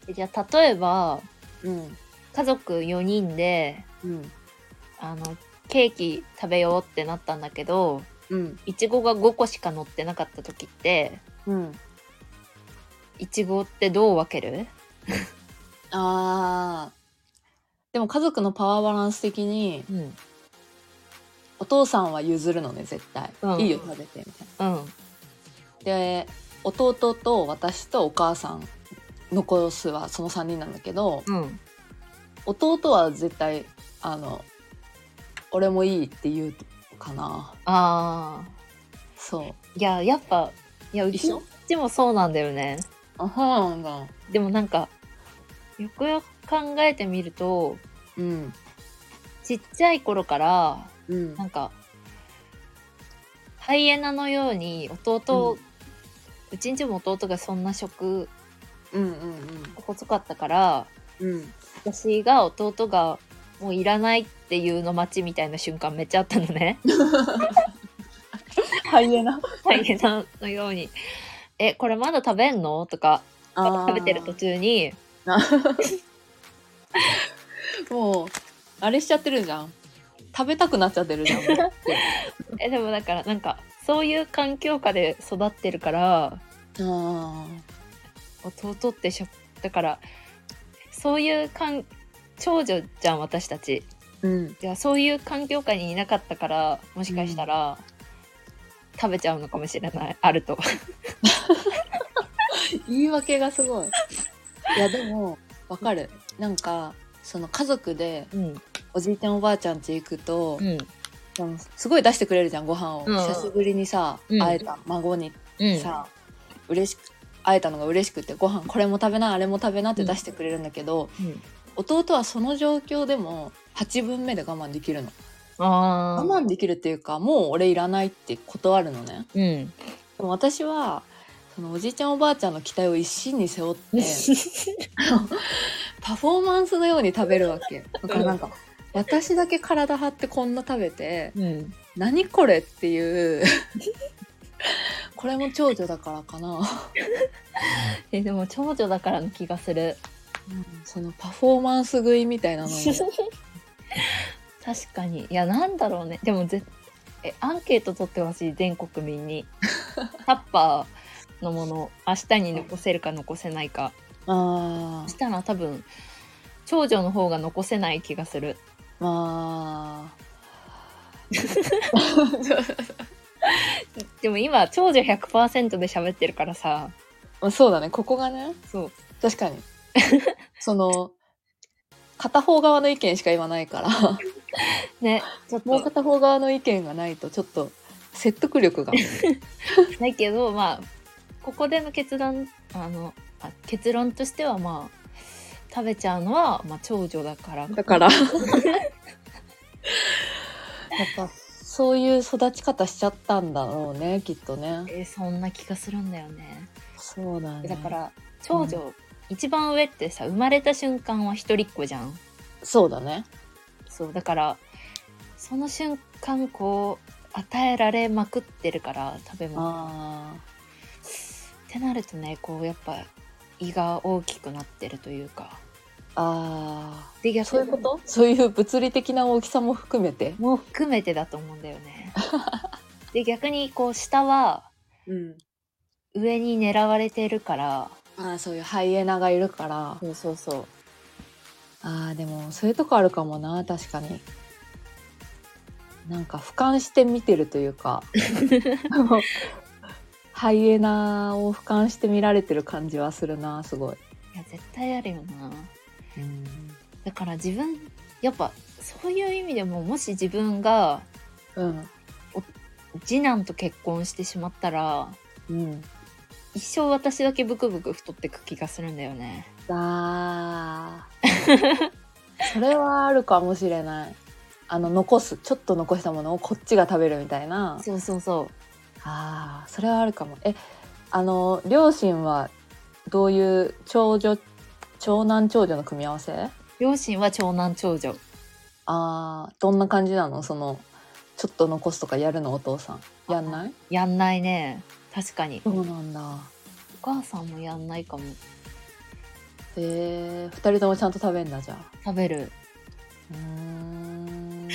Speaker 1: えじゃあ例えば
Speaker 2: ううん
Speaker 1: 家族4人で
Speaker 2: うん
Speaker 1: あのケーキ食べようってなったんだけど
Speaker 2: うん
Speaker 1: いちごが5個しか乗ってなかった時って
Speaker 2: うん
Speaker 1: いちごってどう分ける
Speaker 2: あーでも家族のパワーバランス的に
Speaker 1: うん
Speaker 2: お父さんは譲るのね絶対、
Speaker 1: うん
Speaker 2: いいよ食べてみたい
Speaker 1: うん
Speaker 2: なで弟と私とお母さん残すはその3人なんだけど
Speaker 1: うん
Speaker 2: 弟は絶対あの俺もいいって言うかな
Speaker 1: ああ
Speaker 2: そう
Speaker 1: いややっぱいやうち
Speaker 2: 一
Speaker 1: う
Speaker 2: 緒
Speaker 1: ちもそうなんだよね
Speaker 2: あそうなんだ
Speaker 1: でもなんかよくよく考えてみると
Speaker 2: うん
Speaker 1: ちっちゃい頃から
Speaker 2: うん
Speaker 1: なんかハイエナのように弟、
Speaker 2: う
Speaker 1: うちんちも弟がそんな食
Speaker 2: うんうん
Speaker 1: 細かったから
Speaker 2: うんうん
Speaker 1: 私が弟がもういらないっていうの待ちみたいな瞬間めっちゃあったのね
Speaker 2: ハイエナ
Speaker 1: ハイエナのように「えこれまだ食べんの?」とか食べてる途中に
Speaker 2: もうあれしちゃってるじゃん食べたくなっちゃってるじゃん あ
Speaker 1: えでもだからなんかそういう環境下で育ってるから
Speaker 2: あ
Speaker 1: 弟ってしょだからそういうかん長女じゃん私たち
Speaker 2: うん
Speaker 1: いやそういう環境下にいなかったからもしかしたら、食べちゃうのかもしれないあると
Speaker 2: 言い訳がすごいいやでもわかるなんかその家族で
Speaker 1: うん
Speaker 2: おじいちゃんおばあちゃん家行くと
Speaker 1: う、ん
Speaker 2: でもすごい出してくれるじゃんご飯を、
Speaker 1: うん
Speaker 2: 久しぶりにさ、
Speaker 1: うん
Speaker 2: 会えた孫に
Speaker 1: うん
Speaker 2: さ、嬉しく会えたのが嬉しくてご飯これも食べなあれも食べなって出してくれるんだけど、
Speaker 1: うん
Speaker 2: 弟はその状況でも8分目で我慢できるの
Speaker 1: あ
Speaker 2: 我
Speaker 1: あ
Speaker 2: 慢できるっていうかもう俺いらないって断るのね
Speaker 1: うん
Speaker 2: でも私はそのおじいちゃんおばあちゃんの期待を一身に背負ってパフォーマンスのように食べるわけだからなんか私だけ体張ってこんな食べて
Speaker 1: うん
Speaker 2: 何これっていう これも長女だからかな
Speaker 1: えでも長女だからの気がする
Speaker 2: そのパフォーマンス食いみたいな のも
Speaker 1: 確かにいやなんだろうねでもぜえアンケート取ってほしい全国民 にタッパーのもの明日に残せるか残せないか
Speaker 2: あ
Speaker 1: そしたら多分長女の方が残せない気がする
Speaker 2: あま
Speaker 1: でも今長女100%で喋ってるからさ
Speaker 2: あそうだねここがね
Speaker 1: そう
Speaker 2: 確かに その片方側の意見しか言わないから
Speaker 1: ねちょっ
Speaker 2: もう
Speaker 1: と
Speaker 2: 片方側の意見がないとちょっと説得 力が
Speaker 1: ないけどまあここでの決断あのあ結論としてはまあ食べちゃうのは、まあ、長女だから
Speaker 2: だか らやっぱそういう育ち方しちゃったんだろうねきっとね
Speaker 1: えーそんな気がするんだよね
Speaker 2: そうだね
Speaker 1: だから長女、一番上ってさ生まれた瞬間は一人っ子じゃん
Speaker 2: そうだね
Speaker 1: そうだからその瞬間こう与えられまくってるから食べ物
Speaker 2: ああ
Speaker 1: ってなるとねこうやっぱ胃が大きくなってるというか
Speaker 2: あ
Speaker 1: で
Speaker 2: あ
Speaker 1: 逆
Speaker 2: そういうことそういう物理的な大きさも含めて
Speaker 1: も含めてだと思うんだよ ねで逆にこう下は
Speaker 2: うん
Speaker 1: 上に狙われてるから
Speaker 2: ああそういうハイエナがいるから
Speaker 1: そうそうそう
Speaker 2: あーでもそういうとこあるかもな確かになんか俯瞰して見てるという かあのハイエナを俯瞰して見られてる感じはするなすごい、
Speaker 1: いや絶対あるよなだから自分やっぱそういう意味でももし自分が
Speaker 2: うん
Speaker 1: 次男と結婚してしまったら
Speaker 2: うん
Speaker 1: 一生私だけブクブク太ってく気がするんだよね
Speaker 2: あーそれはあるかもしれないあの残すちょっと残したものをこっちが食べるみたいな
Speaker 1: そうそうそ
Speaker 2: あーそれはあるかもえあの両親はどういう長女長男長女の組み合わせ
Speaker 1: う両親は長男長女
Speaker 2: あーどんな感じなのそのちょっと残すとかやるのお父さんやんない
Speaker 1: やんないね確かにお
Speaker 2: そうなんだ
Speaker 1: 母さんもやんないかも
Speaker 2: えー、2人ともちゃんと食べんだじゃあ
Speaker 1: 食べる
Speaker 2: うーん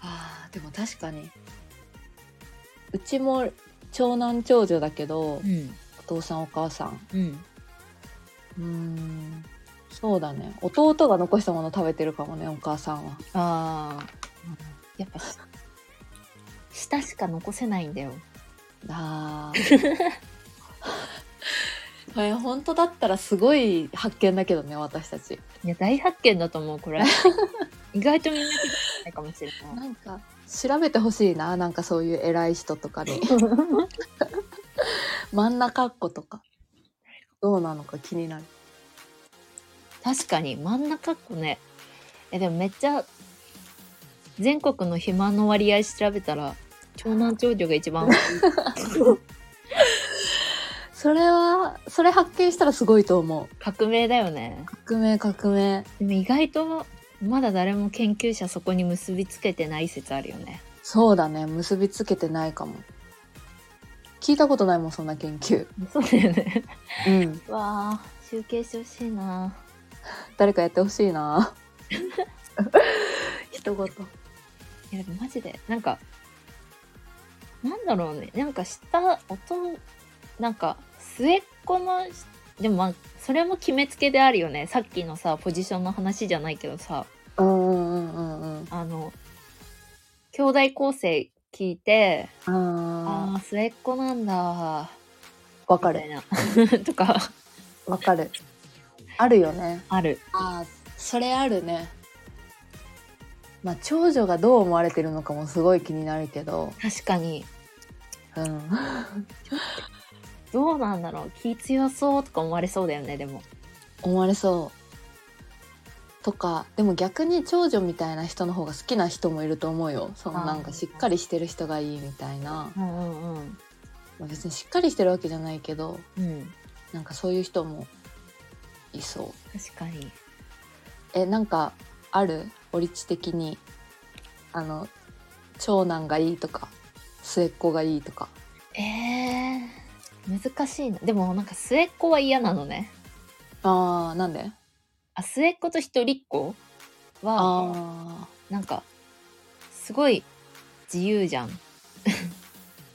Speaker 2: あーでも確かにうちも長男長女だけど、お
Speaker 1: ん
Speaker 2: 父さんお母さん
Speaker 1: うん
Speaker 2: うーんそうだね弟が残したもの食べてるかもねお母さんは
Speaker 1: ああやっぱし下しか残せないんだよ
Speaker 2: あー これ本当だったらすごい発見だけどね私たち
Speaker 1: いや大発見だと思う これ意外とみんな気づいてないかもしれない
Speaker 2: なんか調べてほしいななんかそういう偉い人とか に 真ん中っことかどうなのか気になる
Speaker 1: 確かに真ん中っこねえでもめっちゃ全国の肥満の割合調べたら長男長女が一番多い
Speaker 2: それはそれ発見したらすごいと思う
Speaker 1: 革命だよね
Speaker 2: 革命革命
Speaker 1: でも意外とまだ誰も研究者そこに結びつけてない説あるよね
Speaker 2: そうだね結びつけてないかも聞いたことないもんそんな研究
Speaker 1: そうだよね
Speaker 2: うん
Speaker 1: わあ集計してほしいな
Speaker 2: 誰かやってほしいな 一言
Speaker 1: いやでもマジでなんかなんだろうねなんか下音なんか末っ子のでもまあそれも決めつけであるよねさっきのさポジションの話じゃないけどさ
Speaker 2: うんうんうんうんうん
Speaker 1: あの兄弟構成聞いてあ
Speaker 2: あ
Speaker 1: あー末っ子なんだ
Speaker 2: ーわか
Speaker 1: みた
Speaker 2: る
Speaker 1: いな とか
Speaker 2: わかるあるよね
Speaker 1: ある
Speaker 2: ああそれあるねまあ長女がどう思われてるのかもすごい気になるけど
Speaker 1: 確かに
Speaker 2: うん
Speaker 1: どうなんだろう気強そうとか思われそうだよねでも
Speaker 2: 思われそうとかでも逆に長女みたいな人の方が好きな人もいると思うよそ
Speaker 1: あ
Speaker 2: の
Speaker 1: ー
Speaker 2: なんかしっかりしてる人がいいみたいな
Speaker 1: うんうんうん
Speaker 2: まあ別にしっかりしてるわけじゃないけど
Speaker 1: うん
Speaker 2: なんかそういう人もいそう
Speaker 1: 確かに
Speaker 2: えなんかあるオリチ的にあの長男がいいとか末っ子がいいとか
Speaker 1: えー、難しいなでもなんか末っ子は嫌なのね
Speaker 2: あーなんで
Speaker 1: あ末っ子と一人っ子は
Speaker 2: あ
Speaker 1: なんかすごい自由じゃん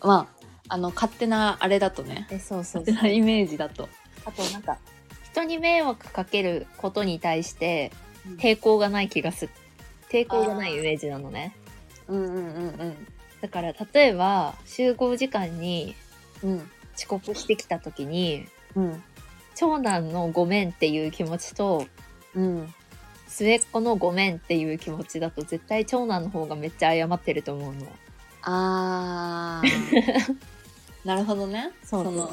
Speaker 2: あまああの勝手なあれだとね
Speaker 1: えそうそう
Speaker 2: 勝手 なイメージだと
Speaker 1: あとなんか人に迷惑かけることに対して
Speaker 2: うん
Speaker 1: 抵抗がない気がする抵抗がないイメージなのね
Speaker 2: うんうんうん
Speaker 1: だから例えば集合時間に
Speaker 2: うんうん
Speaker 1: 遅刻してきた時に
Speaker 2: うん
Speaker 1: 長男の「ごめん」っていう気持ちと
Speaker 2: うん
Speaker 1: 末っ子の「ごめん」っていう気持ちだと絶対長男の方がめっちゃ謝ってると思うの
Speaker 2: あー なるほどね
Speaker 1: そうそう
Speaker 2: の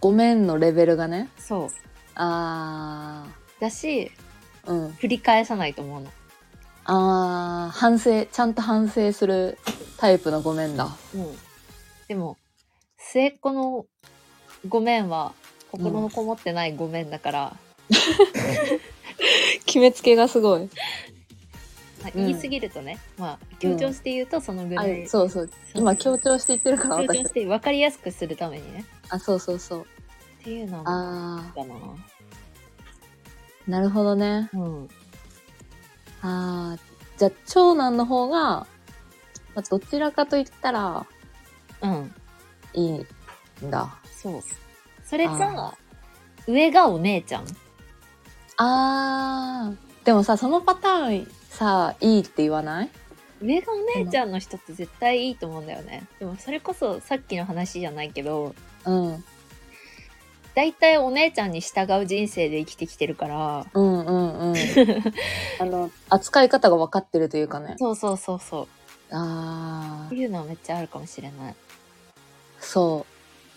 Speaker 2: ごめんのレベルがね
Speaker 1: そう
Speaker 2: あ
Speaker 1: だし
Speaker 2: ーうん
Speaker 1: 振り返さないと思うの
Speaker 2: あー反省ちゃんと反省するタイプのごめんだ
Speaker 1: うんでも末っ子の「ごめん」は心のこもってない「ごめん」だから、
Speaker 2: 決めつけがすごい
Speaker 1: まあ
Speaker 2: うん
Speaker 1: 言い過ぎるとね、まあ強調して言うとそのぐら
Speaker 2: あ
Speaker 1: い、
Speaker 2: そうそう今強調して言ってるから
Speaker 1: 強調
Speaker 2: 私
Speaker 1: し
Speaker 2: たち
Speaker 1: て分かりやすくするためにね
Speaker 2: あそうそうそう
Speaker 1: っていうのは
Speaker 2: あ
Speaker 1: だな
Speaker 2: ーなるほどね
Speaker 1: うん
Speaker 2: ああ、じゃあ長男の方が、まあ、どちらかと言ったら
Speaker 1: うん
Speaker 2: いいんだ。
Speaker 1: そうそれか上がお姉ちゃん
Speaker 2: ああ、でもさ、そのパターンさ、いいって言わない
Speaker 1: 上がお姉ちゃんの人って絶対いいと思うんだよねでもそれこそさっきの話じゃないけど
Speaker 2: うん、
Speaker 1: 大体お姉ちゃんに従う人生で生きてきてるから
Speaker 2: うん、うん、うん。あの、扱い方が分かってるというかね。
Speaker 1: そうそうそうそう
Speaker 2: あ
Speaker 1: っていうのはめっちゃあるかもしれない
Speaker 2: あ、そ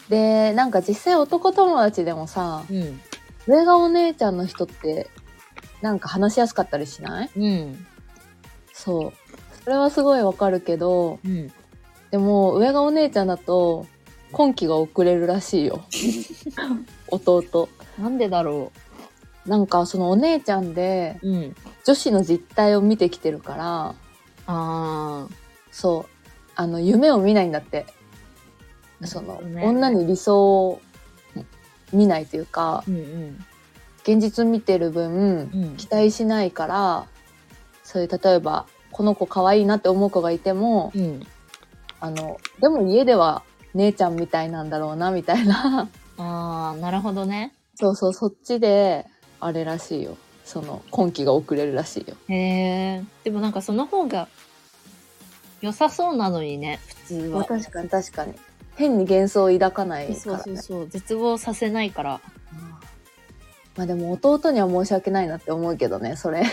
Speaker 2: でなんか実際男友達でもさ
Speaker 1: うん。
Speaker 2: 上がお姉ちゃんの人ってなんか話しやすかったりしない
Speaker 1: うん。
Speaker 2: そうそれはすごいわかるけど
Speaker 1: うん。
Speaker 2: でも上がお姉ちゃんだと今期が遅れるらしいよ弟
Speaker 1: なんでだろ
Speaker 2: なんかそのお姉ちゃんで
Speaker 1: う。うん。
Speaker 2: 女子の実態を見てきてるから
Speaker 1: ああ。
Speaker 2: そうあの夢を見ないんだってそ
Speaker 1: な
Speaker 2: の、
Speaker 1: るほどね
Speaker 2: 女に理想を見ないというか
Speaker 1: うんうん。
Speaker 2: 現実見てる分
Speaker 1: うん
Speaker 2: 期待しないからそういう例えばこの子可愛いなって思う子がいても
Speaker 1: うん。
Speaker 2: あのでも家では姉ちゃんみたいなんだろうなみたいな
Speaker 1: ああ、なるほどね。
Speaker 2: そうそうそっちであれらしいよその今期が遅れるらしいよ
Speaker 1: へえ。でもなんかその方が良さそうなのにね、普通は。
Speaker 2: 確かに確かに変に幻想を抱かないか
Speaker 1: そう
Speaker 2: ら
Speaker 1: そう
Speaker 2: ね
Speaker 1: そう。絶望させないから。
Speaker 2: まあでも弟には申し訳ないなって思うけどねそれ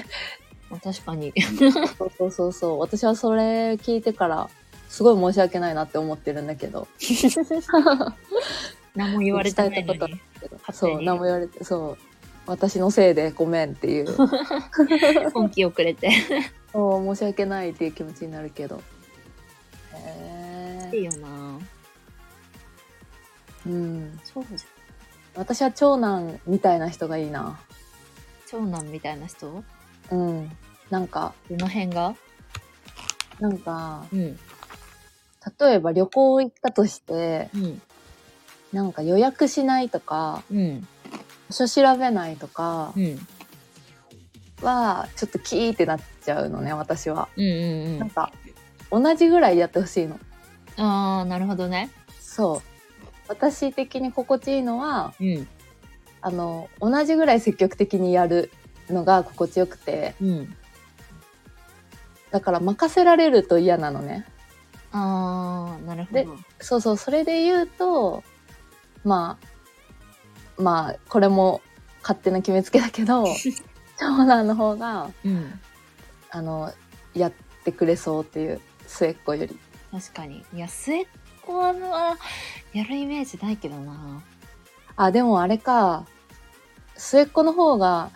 Speaker 1: まあ確かに。
Speaker 2: そうそうそうそう私はそれ聞いてからすごい申し訳ないなって思ってるんだ けど
Speaker 1: 何も言われてないの
Speaker 2: 伝
Speaker 1: に。手に
Speaker 2: そう何も言われてそう私のせいでごめんっていう
Speaker 1: 本気遅れて。
Speaker 2: そう申し訳ないっていう気持ちになるけどへ
Speaker 1: いい
Speaker 2: え
Speaker 1: よな
Speaker 2: うん
Speaker 1: そうじ
Speaker 2: 私は長男みたいな人がいいな
Speaker 1: ゃん。長男みたいな人ど
Speaker 2: うんなんか
Speaker 1: の辺が
Speaker 2: なんか
Speaker 1: うん。
Speaker 2: 例えば旅行行ったとして
Speaker 1: うん。
Speaker 2: なんか予約しないとか
Speaker 1: うん。
Speaker 2: 場所調べないとか
Speaker 1: うん。
Speaker 2: はちょっとキーってなっちゃうのね私は
Speaker 1: うんうんう
Speaker 2: なん
Speaker 1: ん。
Speaker 2: か同じぐらいやってほしいの
Speaker 1: ああ、なるほどね。
Speaker 2: そう私的に心地いいのは
Speaker 1: うん。
Speaker 2: あの同じぐらい積極的にやるのが心地よくて
Speaker 1: うん。
Speaker 2: だから任せられると嫌なのね
Speaker 1: ああ、なるほ
Speaker 2: で
Speaker 1: ど。
Speaker 2: そうそうそれで言うとまあまあこれも勝手な決めつけだけ ど長男の方が
Speaker 1: うん。
Speaker 2: あのやってくれそうっていう末っ子より
Speaker 1: 確かに。いや、末っ子は、やるイメージないけどな。
Speaker 2: あでもあれか末っ子の方が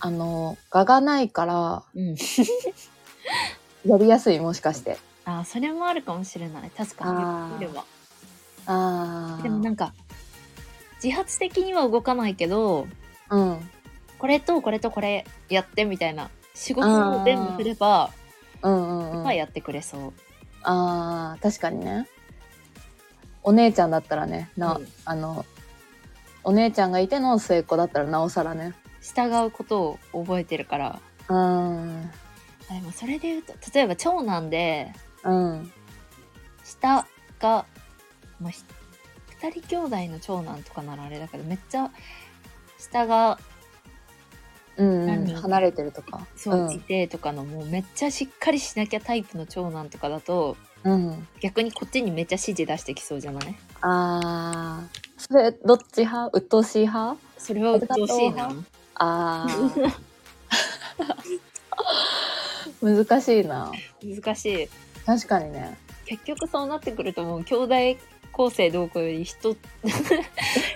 Speaker 2: あの我がないから
Speaker 1: うん。
Speaker 2: やりやすいもしかして
Speaker 1: ああ、それもあるかもしれない。確かに
Speaker 2: あー
Speaker 1: 言ってみれば。
Speaker 2: ああ
Speaker 1: でもなんか、自発的には動かないけど、
Speaker 2: うん
Speaker 1: これとこれとこれやってみたいな。仕事を全部すれば、
Speaker 2: うんうんうん
Speaker 1: まあやってくれそう。
Speaker 2: あー確かにねお姉ちゃんだったらねな、
Speaker 1: うん
Speaker 2: あのお姉ちゃんがいての末っ子だったらなおさらね
Speaker 1: 従うことを覚えてるから。
Speaker 2: うん
Speaker 1: あでもそれで言うと、例えば長男で、
Speaker 2: うん
Speaker 1: 下が、まあ、ひ二人兄弟の長男とかならあれだけど、めっちゃ、下が、
Speaker 2: うんうん
Speaker 1: 何
Speaker 2: 離れてるとか
Speaker 1: そう、
Speaker 2: う
Speaker 1: 規
Speaker 2: ん
Speaker 1: 定とかの、もうめっちゃしっかりしなきゃタイプの長男とかだと、
Speaker 2: うん、
Speaker 1: 逆にこっちにめっちゃ指示出してきそうじゃない
Speaker 2: あーそれどっち派鬱陶しい派
Speaker 1: それは鬱陶しいな。
Speaker 2: あー 難しいな
Speaker 1: 難しい。
Speaker 2: 確かにね
Speaker 1: 結局そうなってくるともう兄弟構成どうこうより人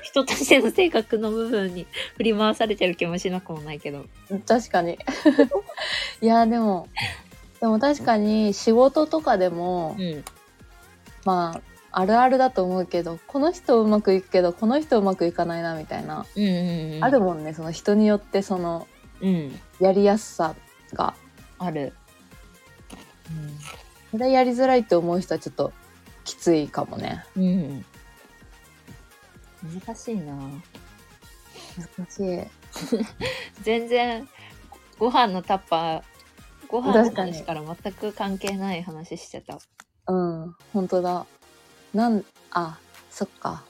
Speaker 1: 人としての性格の部分に振り回されてる気もしなくもないけど
Speaker 2: 確かに いやでもでも確かに仕事とかでも、
Speaker 1: うん
Speaker 2: まああるあるだと思うけどこの人うまくいくけどこの人うまくいかないなみたいな、
Speaker 1: うんうんうん
Speaker 2: あるもんねその人によってその
Speaker 1: うん
Speaker 2: やりやすさが、
Speaker 1: ある
Speaker 2: それやりづらいって思う人はちょっときついかもね
Speaker 1: うん、うん、難しいな
Speaker 2: 難しい
Speaker 1: 全然ご飯のタッパーご飯の
Speaker 2: 確かに
Speaker 1: 話から全く関係ない話してた
Speaker 2: うん本当だなんあそっか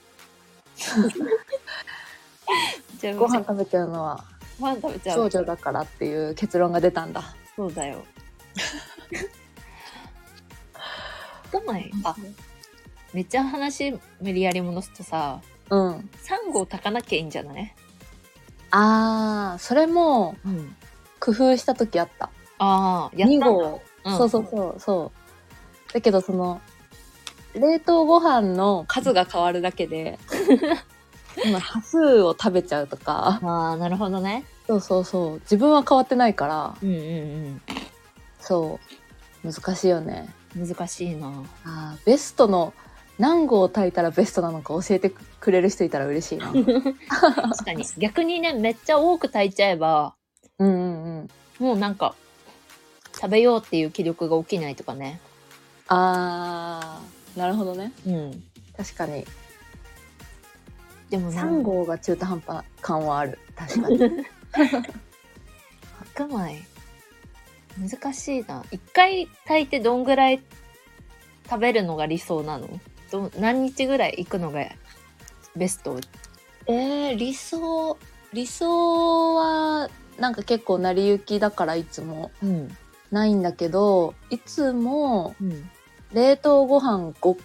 Speaker 1: じゃあ
Speaker 2: ご飯食べてるのは
Speaker 1: ご飯食べちゃ
Speaker 2: 長
Speaker 1: う
Speaker 2: 女だからっていう結論が出たんだ
Speaker 1: そうだ よ我慢あめっちゃ話無理やり戻すとさ
Speaker 2: うん
Speaker 1: サンゴを炊かなきゃいいんじゃない、
Speaker 2: あーそれも
Speaker 1: うん、
Speaker 2: 工夫した時あった
Speaker 1: ああやった
Speaker 2: 2
Speaker 1: んだ
Speaker 2: 号、
Speaker 1: ん
Speaker 2: そうそうそうそうだけどその冷凍ご飯の数が変わるだ けで今端数を食べちゃうとか
Speaker 1: ああ、なるほどね。
Speaker 2: そうそうそう自分は変わってないから
Speaker 1: うんうん
Speaker 2: そう難しいよね
Speaker 1: うん。難しいな。
Speaker 2: あーベストの何号を炊いたらベストなのか教えてくれる人いたら嬉しい なうん
Speaker 1: 確かに。逆にね、めっちゃ多く炊いちゃえば、
Speaker 2: うんうん
Speaker 1: もうなんか、食べようっていう気力が起きないとかね。
Speaker 2: あーなるほどね
Speaker 1: うん。
Speaker 2: 確かに
Speaker 1: でもな
Speaker 2: 3号が中途半端感はある確かに
Speaker 1: 白米難しいな一回炊いてどんぐらい食べるのが理想なのどう何日ぐらい行くのがベスト
Speaker 2: えー、理想理想はなんか結構成り行きだからいつも
Speaker 1: うん
Speaker 2: ないんだけどいつも
Speaker 1: うん
Speaker 2: 冷凍ご飯 5,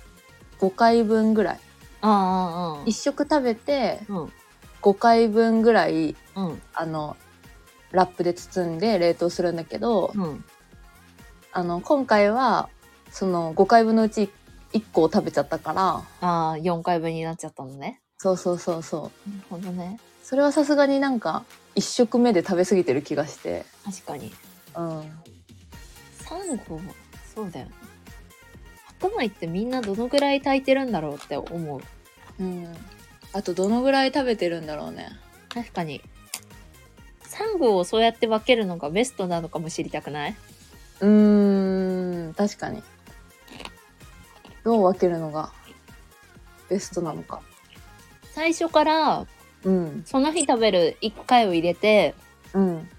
Speaker 2: 5回分ぐらい
Speaker 1: あ
Speaker 2: 1食食べて
Speaker 1: あああうん
Speaker 2: 5回分ぐらい
Speaker 1: うん
Speaker 2: あのラップで包んで冷凍するんだけど、
Speaker 1: うん
Speaker 2: あの今回はその5回分のうち1個を食べちゃったから
Speaker 1: ああ4回分になっちゃったのね
Speaker 2: そうそうそうそう
Speaker 1: なるほどね
Speaker 2: それはさすがになんか1食目で食べ過ぎてる気がして
Speaker 1: 確かに
Speaker 2: うん
Speaker 1: 3合そうだよね白米ってみんなどのぐらい炊いてるんだろうって思う
Speaker 2: うんあとどのぐらい食べてるんだろうね
Speaker 1: 確かに3合をそうやって分けるのがベストなのかも知りたくないう
Speaker 2: ーん確かにどう分けるのがベストなのか
Speaker 1: 最初から
Speaker 2: うん
Speaker 1: その日食べる1回を入れて
Speaker 2: うん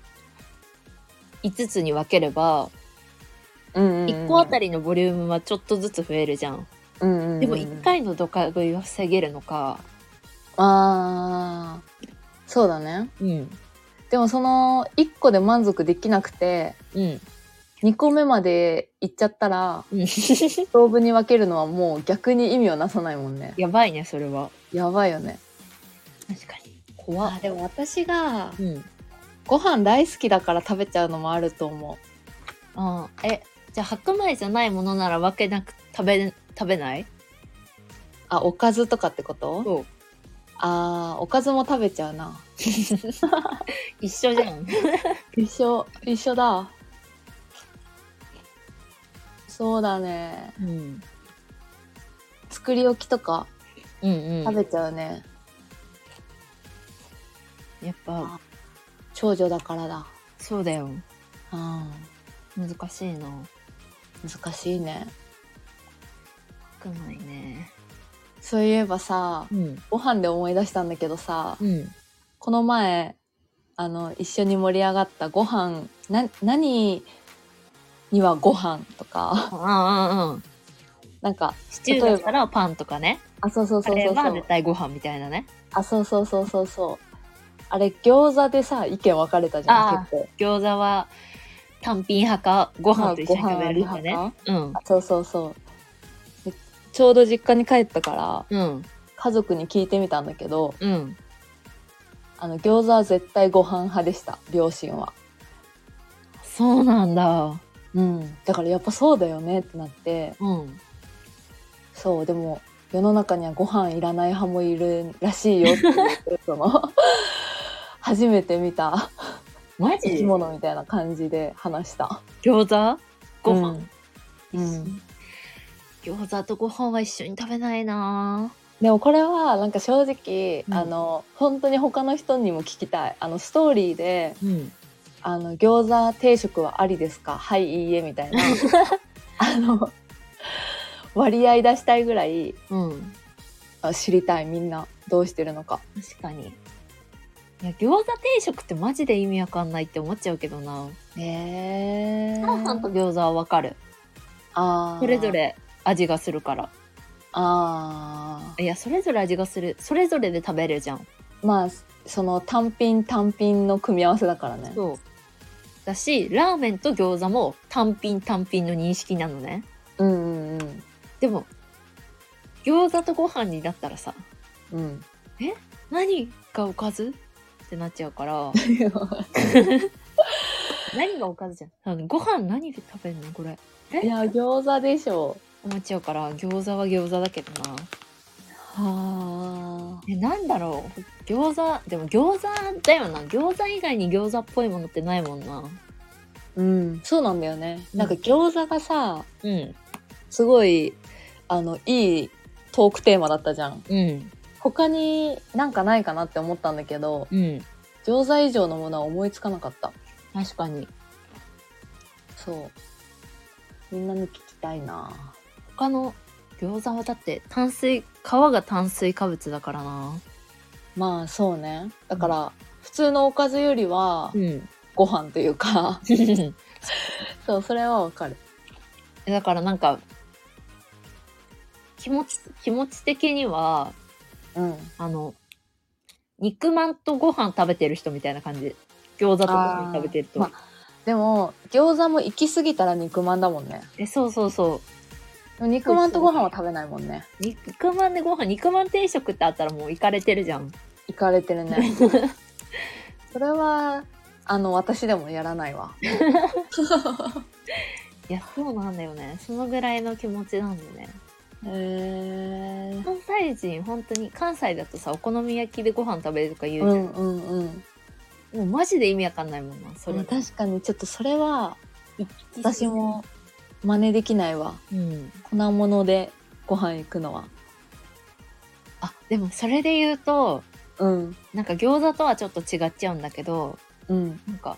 Speaker 1: 5つに分ければ
Speaker 2: うん
Speaker 1: 1個あた
Speaker 2: り
Speaker 1: りのボリュームはちょっとずつ増えるじゃん。
Speaker 2: うんうんうん
Speaker 1: でも1回のドカ食いは防げるのか。
Speaker 2: あーそうだね
Speaker 1: うん。
Speaker 2: でもその1個で満足できなくて
Speaker 1: うん。
Speaker 2: 2個目までいっちゃったら
Speaker 1: うん
Speaker 2: 豆腐に分けるのはもう逆に意味をなさないもんね
Speaker 1: やばいね、それは。
Speaker 2: やばいよね
Speaker 1: 確かに。怖っ
Speaker 2: でも私が
Speaker 1: うん。
Speaker 2: ご飯大好きだから食べちゃうのもあると思
Speaker 1: あーえ、じゃあ白米じゃないものなら分けなく食べ、食べないう
Speaker 2: あおかずとかってこと
Speaker 1: そう。
Speaker 2: あーおかずも食べちゃうな
Speaker 1: 一緒じゃん。
Speaker 2: 一緒一緒だそうだね
Speaker 1: うん。
Speaker 2: 作り置きとか
Speaker 1: うんう
Speaker 2: 食
Speaker 1: ん。
Speaker 2: べちゃうね、
Speaker 1: やっぱ、
Speaker 2: 長女だからだ
Speaker 1: そうだよ。
Speaker 2: うん
Speaker 1: 難しいな。
Speaker 2: 難しいね
Speaker 1: 白米ね。
Speaker 2: そういえばさ
Speaker 1: うん。
Speaker 2: ご飯で思い出したんだけどさ
Speaker 1: うん。
Speaker 2: この前あの一緒に盛り上がったご飯な何にはご飯とか
Speaker 1: ああ、うん。
Speaker 2: なんか
Speaker 1: シチューだったらパンとかね。
Speaker 2: あそうそう
Speaker 1: カ
Speaker 2: そう
Speaker 1: レー
Speaker 2: そう
Speaker 1: は
Speaker 2: そう
Speaker 1: 絶対ご飯みたいなね。
Speaker 2: あそうそうそうそうそうあれ餃子でさ意見分かれたじゃん
Speaker 1: あー
Speaker 2: 結構
Speaker 1: 餃子は単品派かご飯と一緒に食べるのかね。
Speaker 2: まあ
Speaker 1: うん。
Speaker 2: そうそうそうでちょうど実家に帰ったから
Speaker 1: うん。
Speaker 2: 家族に聞いてみたんだけど
Speaker 1: うん。
Speaker 2: あの餃子は絶対ご飯派でした両親は
Speaker 1: そうなんだ。
Speaker 2: うんだからやっぱそうだよねってなって
Speaker 1: うん。
Speaker 2: そうでも世の中にはご飯いらない派もいるらしい よっていうその初めて見た
Speaker 1: マ
Speaker 2: 生
Speaker 1: ジ
Speaker 2: き物みたいな感じで話した
Speaker 1: 餃子ご飯、
Speaker 2: うんうん
Speaker 1: 餃子とご飯は一緒に食べないな
Speaker 2: でもこれはなんか正直、
Speaker 1: うん
Speaker 2: あの本当に他の人にも聞きたいあのストーリーで
Speaker 1: うん。
Speaker 2: あの餃子定食はありですかはいいいえみた いなあの割合出したいぐらい
Speaker 1: うん。
Speaker 2: あ知りたいみんなどうしてるのか
Speaker 1: 確かに。いや、餃子定食ってマジで意味わかんないって思っちゃうけどな。
Speaker 2: へえ
Speaker 1: チャーハンと餃子はわかる。
Speaker 2: あー
Speaker 1: それぞれ味がするから。
Speaker 2: あ
Speaker 1: いや、それぞれ味がする。それぞれで食べるじゃん。
Speaker 2: ーまあその単品単品の組み合わせだからね
Speaker 1: そう。だし、ラーメンと餃子も単品単品の認識なのね。
Speaker 2: うんうん
Speaker 1: でも、餃子とご飯になったらさ、
Speaker 2: うんうん
Speaker 1: 何がおかずってなっちゃうから、何がおかずじゃん。あのご飯何食べんのこれ。
Speaker 2: いや餃子でしょ
Speaker 1: う思っちゃうから餃子は餃子だけどな
Speaker 2: は
Speaker 1: えなんだろう餃子でも餃子だよな餃子以外に餃子っぽいものってないもんな
Speaker 2: あ。うん、そうなんだよね。
Speaker 1: うん
Speaker 2: なんか餃子がさ、
Speaker 1: うん
Speaker 2: すごい、あの、いいトークテーマだったじゃん。
Speaker 1: うん
Speaker 2: 他になんかないかなって思ったんだけど、
Speaker 1: うん
Speaker 2: 餃子以上のものは思いつかなかった。
Speaker 1: 確かに
Speaker 2: そう。みんなに聞きたいな。
Speaker 1: 他の餃子はだって炭水皮が炭水化物だからな
Speaker 2: まあそうね。だから、普通のおかずよりは
Speaker 1: う、ん
Speaker 2: ご飯とい うか、そう、それはわかる。
Speaker 1: だからなんか気持ち気持ち的には
Speaker 2: うん。
Speaker 1: あの肉まんとご飯食べてる人みたいな感じ餃子とご飯食べてると、
Speaker 2: あーまでも、餃子も行き過ぎたら肉まんだもんね。
Speaker 1: えそうそうそう
Speaker 2: でも肉まんとご飯は食べないもんね。
Speaker 1: 肉まんでご飯肉まん定食ってあったらもう行かれてるじゃん
Speaker 2: 行かれてる ね。それは、あの、私でもやらないわ。
Speaker 1: いやそうなんだよねそのぐらいの気持ちなんだよね
Speaker 2: へえ。
Speaker 1: 関西人本当に関西だとさお好み焼きでご飯食べるとか言う
Speaker 2: う
Speaker 1: じゃ
Speaker 2: んうんう
Speaker 1: ん、
Speaker 2: ん。
Speaker 1: もうマジで意味わかんないもんなそれ、
Speaker 2: うん確かにちょっとそれは
Speaker 1: に
Speaker 2: 私も真似できないわ
Speaker 1: うん
Speaker 2: 粉物でご飯行くのは
Speaker 1: あでもそれで言うと
Speaker 2: うん
Speaker 1: なんか餃子とはちょっと違っちゃうんだけど
Speaker 2: うん
Speaker 1: なんか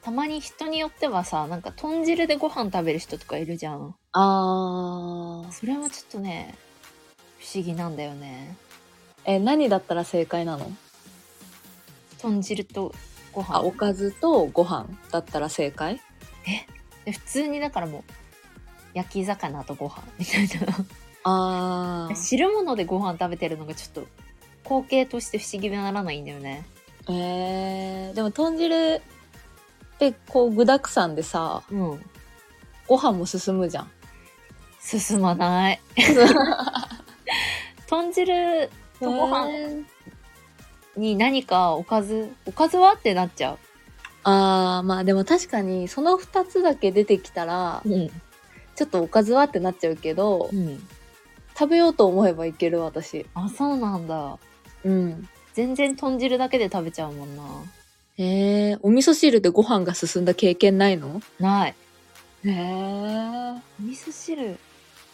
Speaker 1: たまに人によってはさなんか豚汁でご飯食べる人とかいるじゃん
Speaker 2: あー
Speaker 1: それはちょっとね不思議なんだよね
Speaker 2: え何だったら正解なの
Speaker 1: 豚汁とご飯
Speaker 2: あおかずとご飯だったら正解
Speaker 1: で普通にだからもう焼き魚とご飯みたい
Speaker 2: あ
Speaker 1: な 汁物でご飯食べてるのがちょっと光景として不思議でならないんだよね
Speaker 2: ーえーでも豚汁ってこう具だくさんでさ
Speaker 1: うん
Speaker 2: ご飯も進むじゃん
Speaker 1: 進ま ない豚汁とご飯
Speaker 2: えー
Speaker 1: に何かおかずおかずはってなっちゃ
Speaker 2: あーまあでも確かにその2つだけ出てきたら
Speaker 1: ううん
Speaker 2: ちょっとおかずはってなっちゃうけど、
Speaker 1: うん
Speaker 2: 食べようと思えばいける私
Speaker 1: あそうなんだ
Speaker 2: うん
Speaker 1: 全然豚汁だけで食べちゃうもんな
Speaker 2: へえお味噌汁でご飯が進んだ経験ないの
Speaker 1: ない
Speaker 2: へえ
Speaker 1: お味噌汁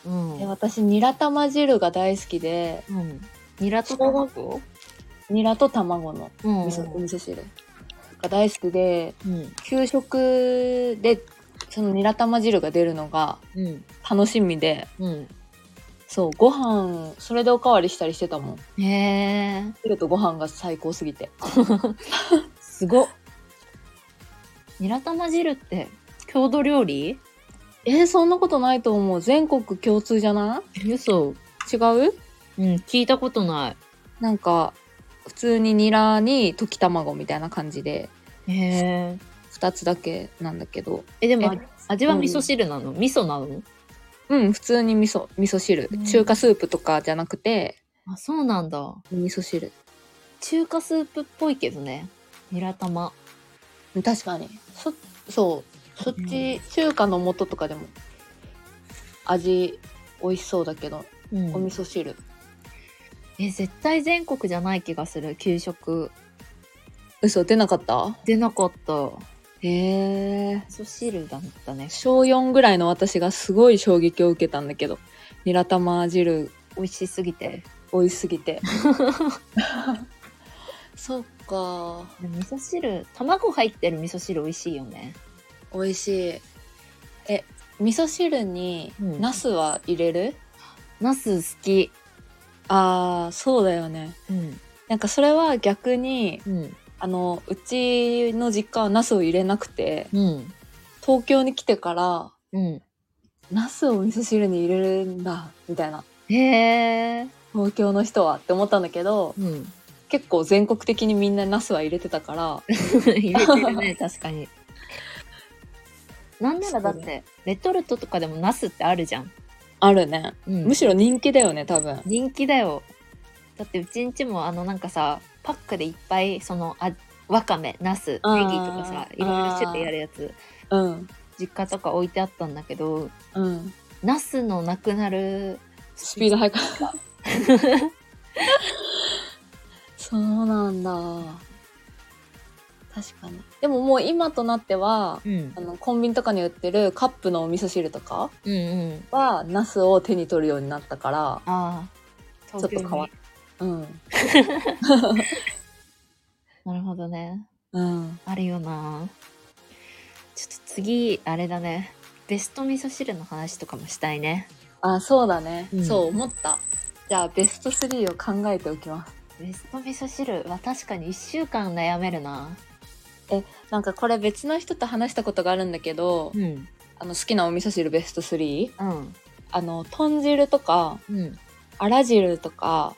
Speaker 1: うん
Speaker 2: 私ニラ玉汁が大好きで
Speaker 1: うんニラと卵
Speaker 2: ニラと卵の
Speaker 1: うん
Speaker 2: 味噌お味噌汁が大好きで
Speaker 1: うん
Speaker 2: 給食でそのニラ玉汁が出るのが
Speaker 1: うん
Speaker 2: 楽しみで
Speaker 1: うん
Speaker 2: そうご飯それでおかわりしたりしてたもん
Speaker 1: へえー、
Speaker 2: 汁とご飯が最高すぎて
Speaker 1: すごっニラ玉汁って郷土料理
Speaker 2: えー、そんなことないと思う全国共通じゃな
Speaker 1: 嘘
Speaker 2: い違う
Speaker 1: うん聞いたことな
Speaker 2: なんか普通にニラに溶き卵みたいな感じで
Speaker 1: いへ え
Speaker 2: 2つだけなんだけど
Speaker 1: えでも
Speaker 2: え
Speaker 1: 味は味噌汁なの、味噌なの
Speaker 2: うん普通に味噌味噌汁、
Speaker 1: うん
Speaker 2: 中華スープとかじゃなくて
Speaker 1: あそうなんだ
Speaker 2: 味噌汁
Speaker 1: 中華スープっぽいけどねニラ玉
Speaker 2: 確かにそそうそっち、中華の素とかでも味美味しそうだけど、
Speaker 1: うん
Speaker 2: お味噌汁
Speaker 1: え絶対全国じゃない気がする給食
Speaker 2: 嘘出なかった
Speaker 1: 出なかった
Speaker 2: へえ
Speaker 1: 味噌汁だったね
Speaker 2: 小4ぐらいの私がすごい衝撃を受けたんだけどニラ玉汁
Speaker 1: 美味しすぎて
Speaker 2: 美味しすぎて そっか
Speaker 1: でも味噌汁卵入ってる味噌汁美味しいよね
Speaker 2: 美味しいえ味噌汁に
Speaker 1: うん
Speaker 2: ナスは入れる、
Speaker 1: ナス好き
Speaker 2: ああそうだよね
Speaker 1: うん
Speaker 2: なんかそれは逆に
Speaker 1: うん
Speaker 2: あのうちの実家はナスを入れなくて
Speaker 1: うん
Speaker 2: 東京に来てから
Speaker 1: うん
Speaker 2: ナスを味噌汁に入れるんだみたいな
Speaker 1: へえ。
Speaker 2: 東京の人はって思ったんだけど
Speaker 1: うん。
Speaker 2: 結構全国的にみんなナスは入れてたから
Speaker 1: 入れてる ね、確かに。なんならだっ
Speaker 2: そう
Speaker 1: て、レトルトとかでもナスってあるじゃん。
Speaker 2: あるね
Speaker 1: うん
Speaker 2: むしろ人気だよね多分
Speaker 1: 人気だよ。だってうちんちもあのなんかさ、パックでいっぱい、その、あわかめ、ナス、ネギと
Speaker 2: あー
Speaker 1: かさ、いろいろ種類あるやつ、
Speaker 2: うん
Speaker 1: 実家とか置いてあったんだけど、
Speaker 2: うん
Speaker 1: ナスのなくなる
Speaker 2: スピード速かった。 そうなんだ。確かに。でももう今となっては、
Speaker 1: うん
Speaker 2: あのコンビニとかに売ってるカップのお味噌汁とか
Speaker 1: うんうん
Speaker 2: は、ナスを手に取るようになったから、
Speaker 1: ああ
Speaker 2: ちょっと変わっうん。
Speaker 1: なるほどね
Speaker 2: うん。
Speaker 1: あるよなちょっと次あれだねベスト味噌汁の話とかもしたいね
Speaker 2: あ、そうだね。
Speaker 1: うん
Speaker 2: そう思った。じゃあ、ベスト3を考えておきます。
Speaker 1: ベスト味噌汁は確かに1週間悩めるな
Speaker 2: なんかこれ別の人と話したことがあるんだけど、
Speaker 1: うん
Speaker 2: あの好きなお味噌汁ベスト 3?
Speaker 1: うん
Speaker 2: あの、豚汁とか、
Speaker 1: うん
Speaker 2: あら汁とか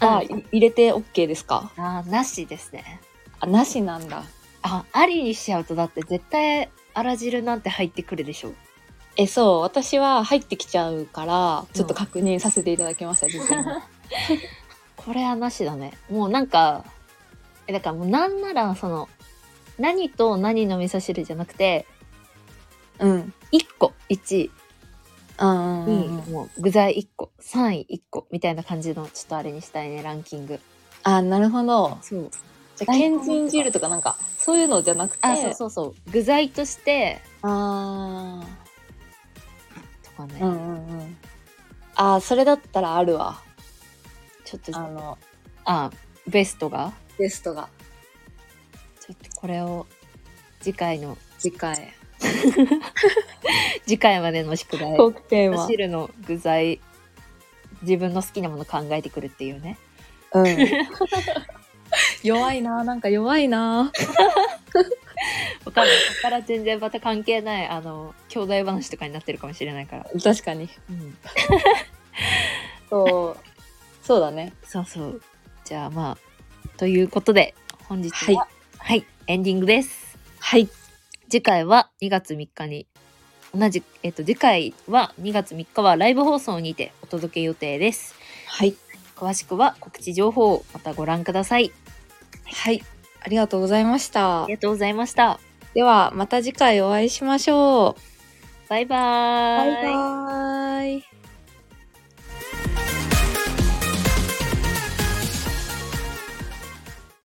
Speaker 1: あ
Speaker 2: は
Speaker 1: あ
Speaker 2: い入れて OK ですか
Speaker 1: あなしですね
Speaker 2: あ、なしなんだ。
Speaker 1: あありにしちゃうとだって絶対あら汁なんて入ってくるでしょ
Speaker 2: え、そう、私は入ってきちゃうから、ちょっと確認させていただきました、事前に。
Speaker 1: これはなしだねもうなんかえだからもうなんならその何と何の味噌汁じゃなくて
Speaker 2: うん。
Speaker 1: 1個1位
Speaker 2: うんう んうんうん。
Speaker 1: もう具材1個3位1個みたいな感じのちょっとあれにしたいねランキング
Speaker 2: あ、なるほど。
Speaker 1: そう
Speaker 2: じゃあ、
Speaker 1: 大
Speaker 2: け
Speaker 1: 根
Speaker 2: んちん汁とかなんか、そういうのじゃなくて。
Speaker 1: あそうそうそう具材として
Speaker 2: あ
Speaker 1: とかね、
Speaker 2: ーうんうんうん。あー、それだったらあるわ。
Speaker 1: ちょっと
Speaker 2: あ
Speaker 1: あ
Speaker 2: の、
Speaker 1: ベストが
Speaker 2: ベストが。
Speaker 1: ちょっとこれを次回の
Speaker 2: 次回。
Speaker 1: 次回までの宿 題
Speaker 2: トークテーマ。
Speaker 1: 汁の具材自分の好きなもの考えてくるっていうね
Speaker 2: うん。弱いな、なんか弱いな。
Speaker 1: わかんないここから全然また関係ないあの兄弟話とかになってるかもしれないから、
Speaker 2: 確かに。
Speaker 1: うん、
Speaker 2: そう。そうだね。
Speaker 1: そうそうじゃあまあということで本日は
Speaker 2: は
Speaker 1: はい、エンディングです
Speaker 2: はい。
Speaker 1: 次回は2月3日に同じえっと次回は2月3日はライブ放送にてお届け予定です
Speaker 2: はい。
Speaker 1: 詳しくは告知情報をまたご覧ください
Speaker 2: はい。ありがとうございました
Speaker 1: あり。がとうございました
Speaker 2: では、また次回お会いしましょう。
Speaker 1: バイバーイ
Speaker 2: バイ。